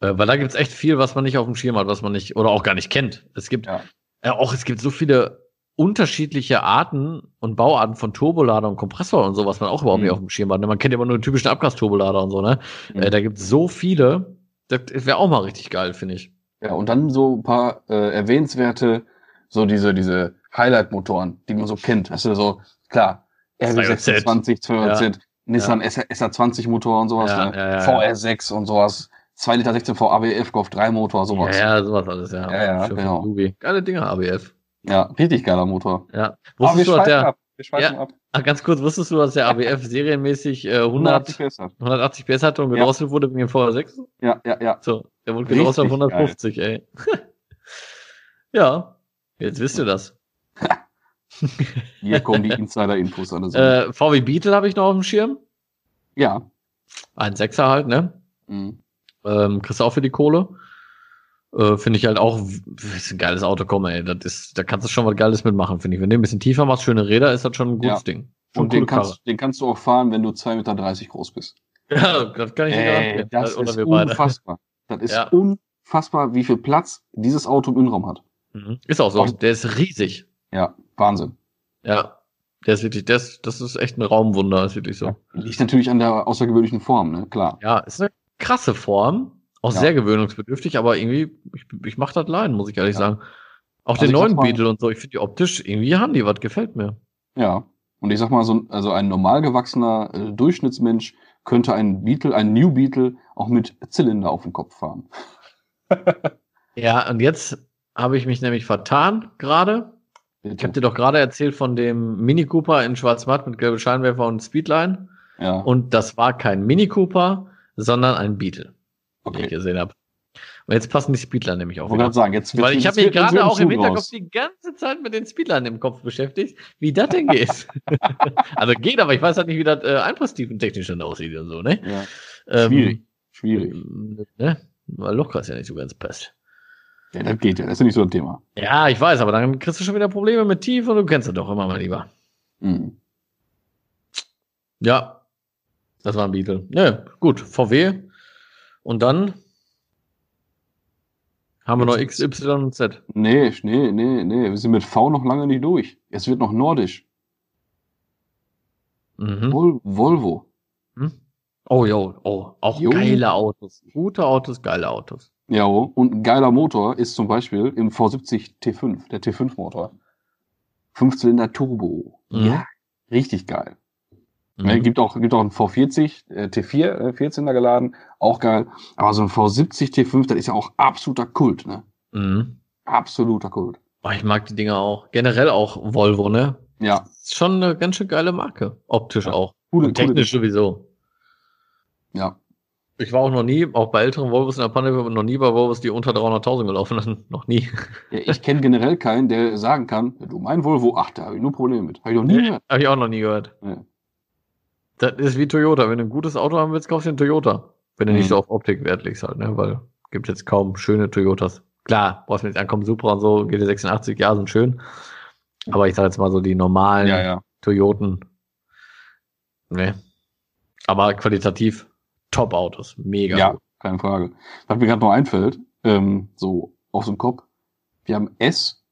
Äh, weil da gibt's echt viel, was man nicht auf dem Schirm hat, was man nicht oder auch gar nicht kennt. Es gibt
Ja.
äh, auch es gibt so viele unterschiedliche Arten und Bauarten von Turbolader und Kompressor und so, was man auch überhaupt
Mhm.
nicht auf dem Schirm hat. ne? Man kennt immer nur den typischen Abgasturbolader und so, ne?
Mhm.
Äh, da gibt's so viele. Das wäre auch mal richtig geil, finde ich.
Ja, und dann so ein paar äh, erwähnenswerte, so diese, diese Highlight-Motoren, die man so kennt. Weißt du, so, klar,
200Z.
RB26, 200Z, Nissan SR20-Motor und sowas,
Ja,
ne?
ja, ja,
VR6 und sowas, 2 Liter 16 V ABF Golf 3 Motor, sowas. Ja,
Ja, ja, sowas alles, ja.
Ja, ja,
Schön
genau.
von Ruby. Geile Dinger, ABF.
richtig geiler Motor.
Ja.
Aber wir
Wusstest du, dass
schweifen
der,
ab. Wir schweifen
Ja,
ab.
ach, ganz kurz, wusstest du, dass der ABF serienmäßig äh, 100,
180 PS.
180 PS hatte und
Ja.
gedrosselt wurde wegen dem VR6?
Ja, ja, ja.
So, der wurde gedrosselt auf
Richtig
150, ey. ja, jetzt wisst ihr das.
Hier kommen die Insider-Infos an. Äh,
Äh, VW Beetle habe ich noch auf dem Schirm. Äh,
ja.
Ein Sechser halt, ne?
Mhm.
Ähm, kriegst du auch für die Kohle. Äh, finde ich halt auch, w- ist ein geiles Auto, komm, ey. Das ist, da kannst du schon was Geiles mitmachen, finde ich. Wenn du ein bisschen tiefer machst, schöne Räder, ist das schon ein gutes
Ja.
Ding. Schon
Und den
coole Karre.
kannst, den kannst du auch fahren, wenn du 2,30 Meter groß bist.
Ja, das kann ich dir
Ey,
garantieren.
das
Äh, Oder
ist
wir beide.
unfassbar. Das ist
Ja.
unfassbar, wie viel Platz dieses Auto im Innenraum hat.
Mhm. Ist auch so.
Und-
Der ist riesig.
Ja, Wahnsinn.
Ja. Der ist wirklich, der ist, das ist echt ein Raumwunder, ist wirklich so.
Liegt natürlich an der außergewöhnlichen Form, ne? Klar.
Ja, ist eine krasse Form. Auch
Ja.
sehr gewöhnungsbedürftig, aber irgendwie, ich, ich mach das leiden, muss ich ehrlich
Ja.
sagen. Auch
Also
den
ich sag
neuen
mal-
Beetle und so, ich finde die optisch, irgendwie haben die was, gefällt mir.
Ja. Und ich sag mal, so ein, also ein normal gewachsener äh, Durchschnittsmensch könnte einen Beetle, einen New Beetle auch mit Zylinder auf dem Kopf fahren.
Ja, und jetzt habe ich mich nämlich vertan gerade. Ich habe dir doch gerade erzählt von dem Mini Cooper in Schwarz-Matt mit gelben Scheinwerfer und Speedline.
ja,
Und das war kein Mini Cooper, sondern ein Beetle. die ich
okay.
gesehen habe. Und jetzt passen die Speedline nämlich
Ich
auch
wollte
wieder.
gerade sagen, jetzt
Weil ich
jetzt
habe mich
wird uns
gerade
ein
auch im
Schuh
Hinterkopf
draus.
die ganze Zeit mit den Speedlern im Kopf beschäftigt, wie das denn geht. also geht, aber ich weiß halt nicht, wie das äh, Einflusstiefen technisch dann aussieht und so, ne?
Ja.
Ähm,
Schwierig. Schwierig.
ähm, Ne? Weil Lochkreis ja nicht so ganz passt.
Ja, das geht ja. Das ist ja nicht so ein Thema.
Ja, ich weiß, aber dann kriegst du schon wieder Probleme mit Tief und du kennst das doch immer mal lieber.
Mhm.
Ja. Das war ein Beetle. Ne, gut, VW. Und dann haben wir noch X, Y und Z.
Nee, nee, nee, nee. Wir sind mit V noch lange nicht durch. Es wird noch nordisch.
Mhm.
Vol Volvo.
Hm? Oh, jo, oh, auch
Jo.
geile Autos. Gute Autos, geile Autos.
Ja, und ein geiler Motor ist zum Beispiel im V70 T5, der T5-Motor. Fünfzylinder Turbo.
Mhm.
Ja, richtig geil. Ne, gibt auch, gibt auch einen V40 äh, T4, äh, 14er geladen, auch geil. Aber so ein V70 T5, das ist ja auch absoluter Kult, ne?
Mhm.
Absoluter Kult.
Oh, ich mag die Dinger auch. Generell auch Volvo, ne?
Ja,
Ist schon eine ganz schön geile Marke. Optisch
Ja.
auch.
coole,
Und technisch
coole.
sowieso.
Ja,
Ich war auch noch nie, auch bei älteren Volvos in der Panne, noch nie bei Volvos, die unter 300.000 gelaufen sind. noch nie.
ja ich kenne generell keinen, der sagen kann, du mein Volvo, ach, da habe ich nur Probleme mit. Habe ich noch nie gehört.
Habe ich auch noch nie gehört.
Ja.
Das ist wie Toyota. Wenn du ein gutes Auto haben willst, kaufst du einen Toyota. Wenn du
Mhm.
nicht so auf Optik Wert legst halt, ne? Weil gibt jetzt kaum schöne Toyotas. Klar, brauchst du nicht ankommen, Supra und so, GT86, ja, sind schön. Aber ich sag jetzt mal so die normalen
Ja, ja.
Toyoten. Ne. Aber qualitativ Top-Autos. Mega.
Ja,
gut.
keine Frage. Was mir gerade noch einfällt, ähm, so aus dem Kopf, wir haben S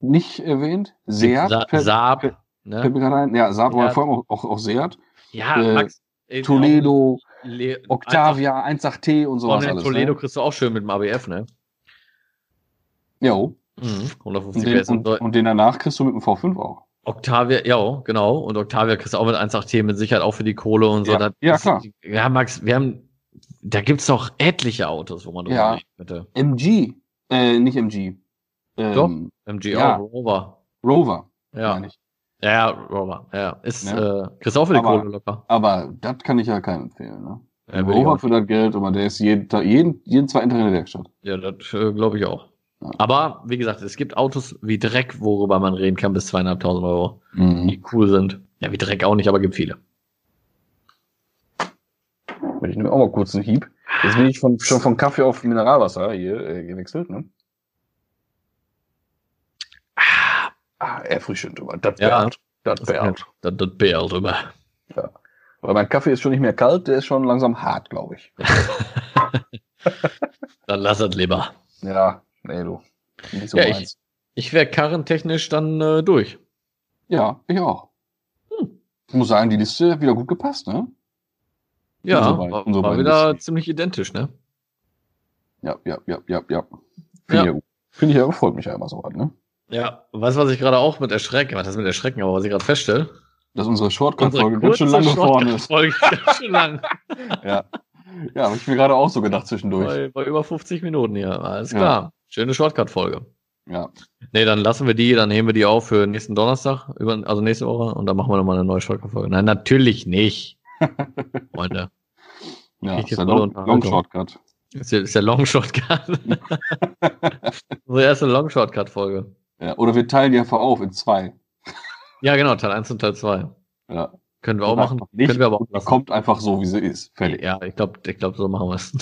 nicht erwähnt, Seat,
Sa
fällt-
Saab.
fällt- fällt
Ne?
mir gerade ein, ja, Saab, aber
Seat.
vor allem auch, auch, auch Seat,
Ja,
äh,
Max. ey,
Toledo,
auch Le-
Octavia, 18T und
Von
sowas
den
alles.
Toledo
Ne?
kriegst du auch schön mit dem ABF, ne?
Jo,
Mhm. 150
und den,
PS und
und,
so.
und den danach kriegst du mit dem V5 auch.
Octavia, ja, genau. Und Octavia kriegst du auch mit 1.8T mit Sicherheit auch für die Kohle und so.
Ja,
Das
ja,
ist-
klar.
Ja, Max, wir haben, da gibt's doch etliche Autos, wo man drüber
Ja.
reden könnte.
MG, äh, nicht MG, ähm,
MG
Ja.
auch, Rover.
Rover,
Ja.
meine ich.
ja, ja, Rover. Ja, ist,
Ne?
äh, kriegst du auch für die
Aber-
Kohle locker.
Aber das kann ich ja keinem empfehlen. Ne?
Ja, will ich
Rover
auch.
für das Geld, aber der ist jeden, Tag- jeden, jeden zweiten Tag in der Werkstatt.
ja das äh, glaube ich auch.
Ja.
Aber, wie gesagt, es gibt Autos wie Dreck, worüber man reden kann, bis 2.500 Euro,
Mhm.
die cool sind. Ja, wie Dreck auch nicht, aber gibt viele.
Ich nehme auch mal kurz einen Hieb. Jetzt bin ich von, schon von Kaffee auf Mineralwasser hier äh, gewechselt, ne? Ah, er frühstückt drüber. Das
Ja.
wärmt. Das wärmt.
Das, das, das bärt immer.
Weil mein Kaffee ist schon nicht mehr kalt, der ist schon langsam hart, glaube ich.
Dann lass das lieber.
Ja, nee, du. Nicht so
Ja, ich-
meins.
Ich wäre karrentechnisch dann äh, durch.
ja, ich auch.
Hm.
Ich muss sagen, die Liste hat wieder gut gepasst, ne?
Ja,
Unsere beiden-
war,
unsere
war
beiden
wieder
Listen.
ziemlich identisch, ne?
Ja, ja, ja, ja, ja.
Ja.
Finde ich ja gut. Finde ich ja, freut mich ja immer so was, ne?
Ja, weißt du, was ich gerade auch mit Erschrecken, was das mit Erschrecken, aber was ich gerade feststelle?
Dass unsere
Unsere
Shortcut-Folge ganz schön lange vorne ist.
Folge ganz schön lang.
Ja, ja habe ich mir gerade auch so gedacht zwischendurch.
Bei, bei über 50 Minuten hier, alles
Ja.
klar. Schöne Shortcut-Folge.
Ja,
Nee, dann lassen wir die, dann heben wir die auf für nächsten Donnerstag, über, also nächste Woche, und dann machen wir nochmal eine neue Shortcut-Folge. Nein, natürlich nicht. Freunde.
ja
Richtig
ist der
volle
Long, Long
Unterhaltung.
Shortcut.
Ist ja, ist ja Long Shortcut. Unsere erste Long Shortcut-Folge.
Ja, oder wir teilen die einfach auf in zwei.
Ja, genau, Teil 1 und Teil 2.
Ja.
Können wir auch
Oder
machen.
einfach Nicht,
Können wir aber auch
und die
lassen.
kommt einfach so, wie sie ist. Fertig.
Äh, Ja, ich glaube, ich glaub, so machen wir es.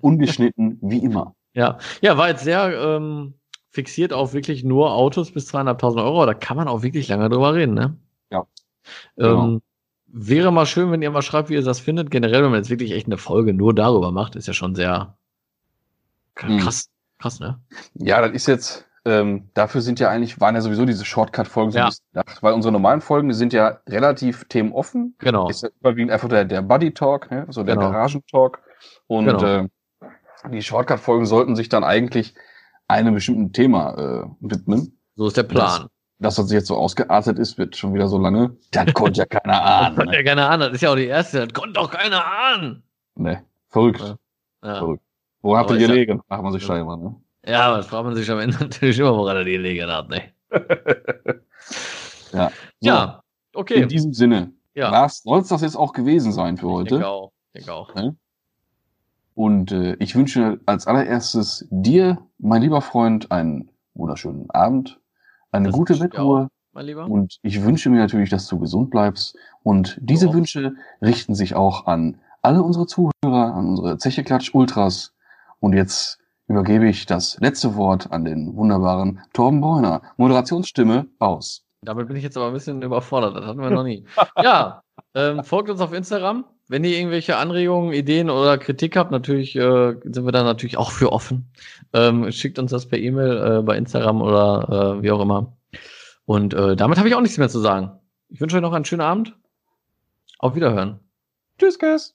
Ungeschnitten, wie immer.
Ja, ja, war jetzt sehr ähm, fixiert auf wirklich nur Autos bis 2.500 Euro. Da kann man auch wirklich lange drüber reden, ne?
Ja. Genau.
Ähm, wäre mal schön, wenn ihr mal schreibt, wie ihr das findet. Generell, wenn man jetzt wirklich echt eine Folge nur darüber macht, ist ja schon sehr
Mhm.
krass. Krass, ne?
Ja, das ist jetzt, ähm, dafür sind ja eigentlich, waren ja sowieso diese Shortcut-Folgen so
Ja.
ein bisschen gedacht, weil unsere normalen Folgen die sind ja relativ themenoffen.
Genau.
Ist ja überwiegend einfach der, der Buddy-Talk, ne? so der
Genau.
Garagentalk. Und
Genau.
ähm, die Shortcut-Folgen sollten sich dann eigentlich einem bestimmten Thema äh, widmen.
So ist der Plan.
Dass das jetzt so ausgeartet ist, wird schon wieder so lange. Das konnte ja keiner
Das
ahnen.
hat
Ne?
ja keine Ahnung. Das ist ja auch die erste. Das konnte doch keiner ahnen.
Nee. Verrückt.
Ja. Ja.
Verrückt. Wo habt
Aber
ihr
ist ja-
gelegen? Macht man sich
Ja.
steil, ne?
ja, aber das fragt man sich am Ende natürlich immer, woran er die Lege hat, ne?
So,
Ja, okay.
In diesem Sinne.
Ja.
Was soll das jetzt auch gewesen sein für
Ich denke
heute?
auch. Ich denke auch.
Und äh, ich wünsche als allererstes dir, mein lieber Freund, einen wunderschönen Abend, eine
Das
gute
wünsche ich dir
Bettruhe.
Mein Lieber.
Und ich wünsche mir natürlich, dass du gesund bleibst. Und diese
Ja.
Wünsche richten sich auch an alle unsere Zuhörer, an unsere Zecheklatsch Ultras. Und jetzt übergebe ich das letzte Wort an den wunderbaren Torben Bräuner. Moderationsstimme aus.
Damit bin ich jetzt aber ein bisschen überfordert. Das hatten wir noch nie. ja, ähm, folgt uns auf Instagram. Wenn ihr irgendwelche Anregungen, Ideen oder Kritik habt, natürlich äh, sind wir da natürlich auch für offen. Ähm, schickt uns das per E-Mail äh, bei Instagram oder äh, wie auch immer. Und äh, damit habe ich auch nichts mehr zu sagen. Ich wünsche euch noch einen schönen Abend. Auf Wiederhören.
Tschüss, Guys.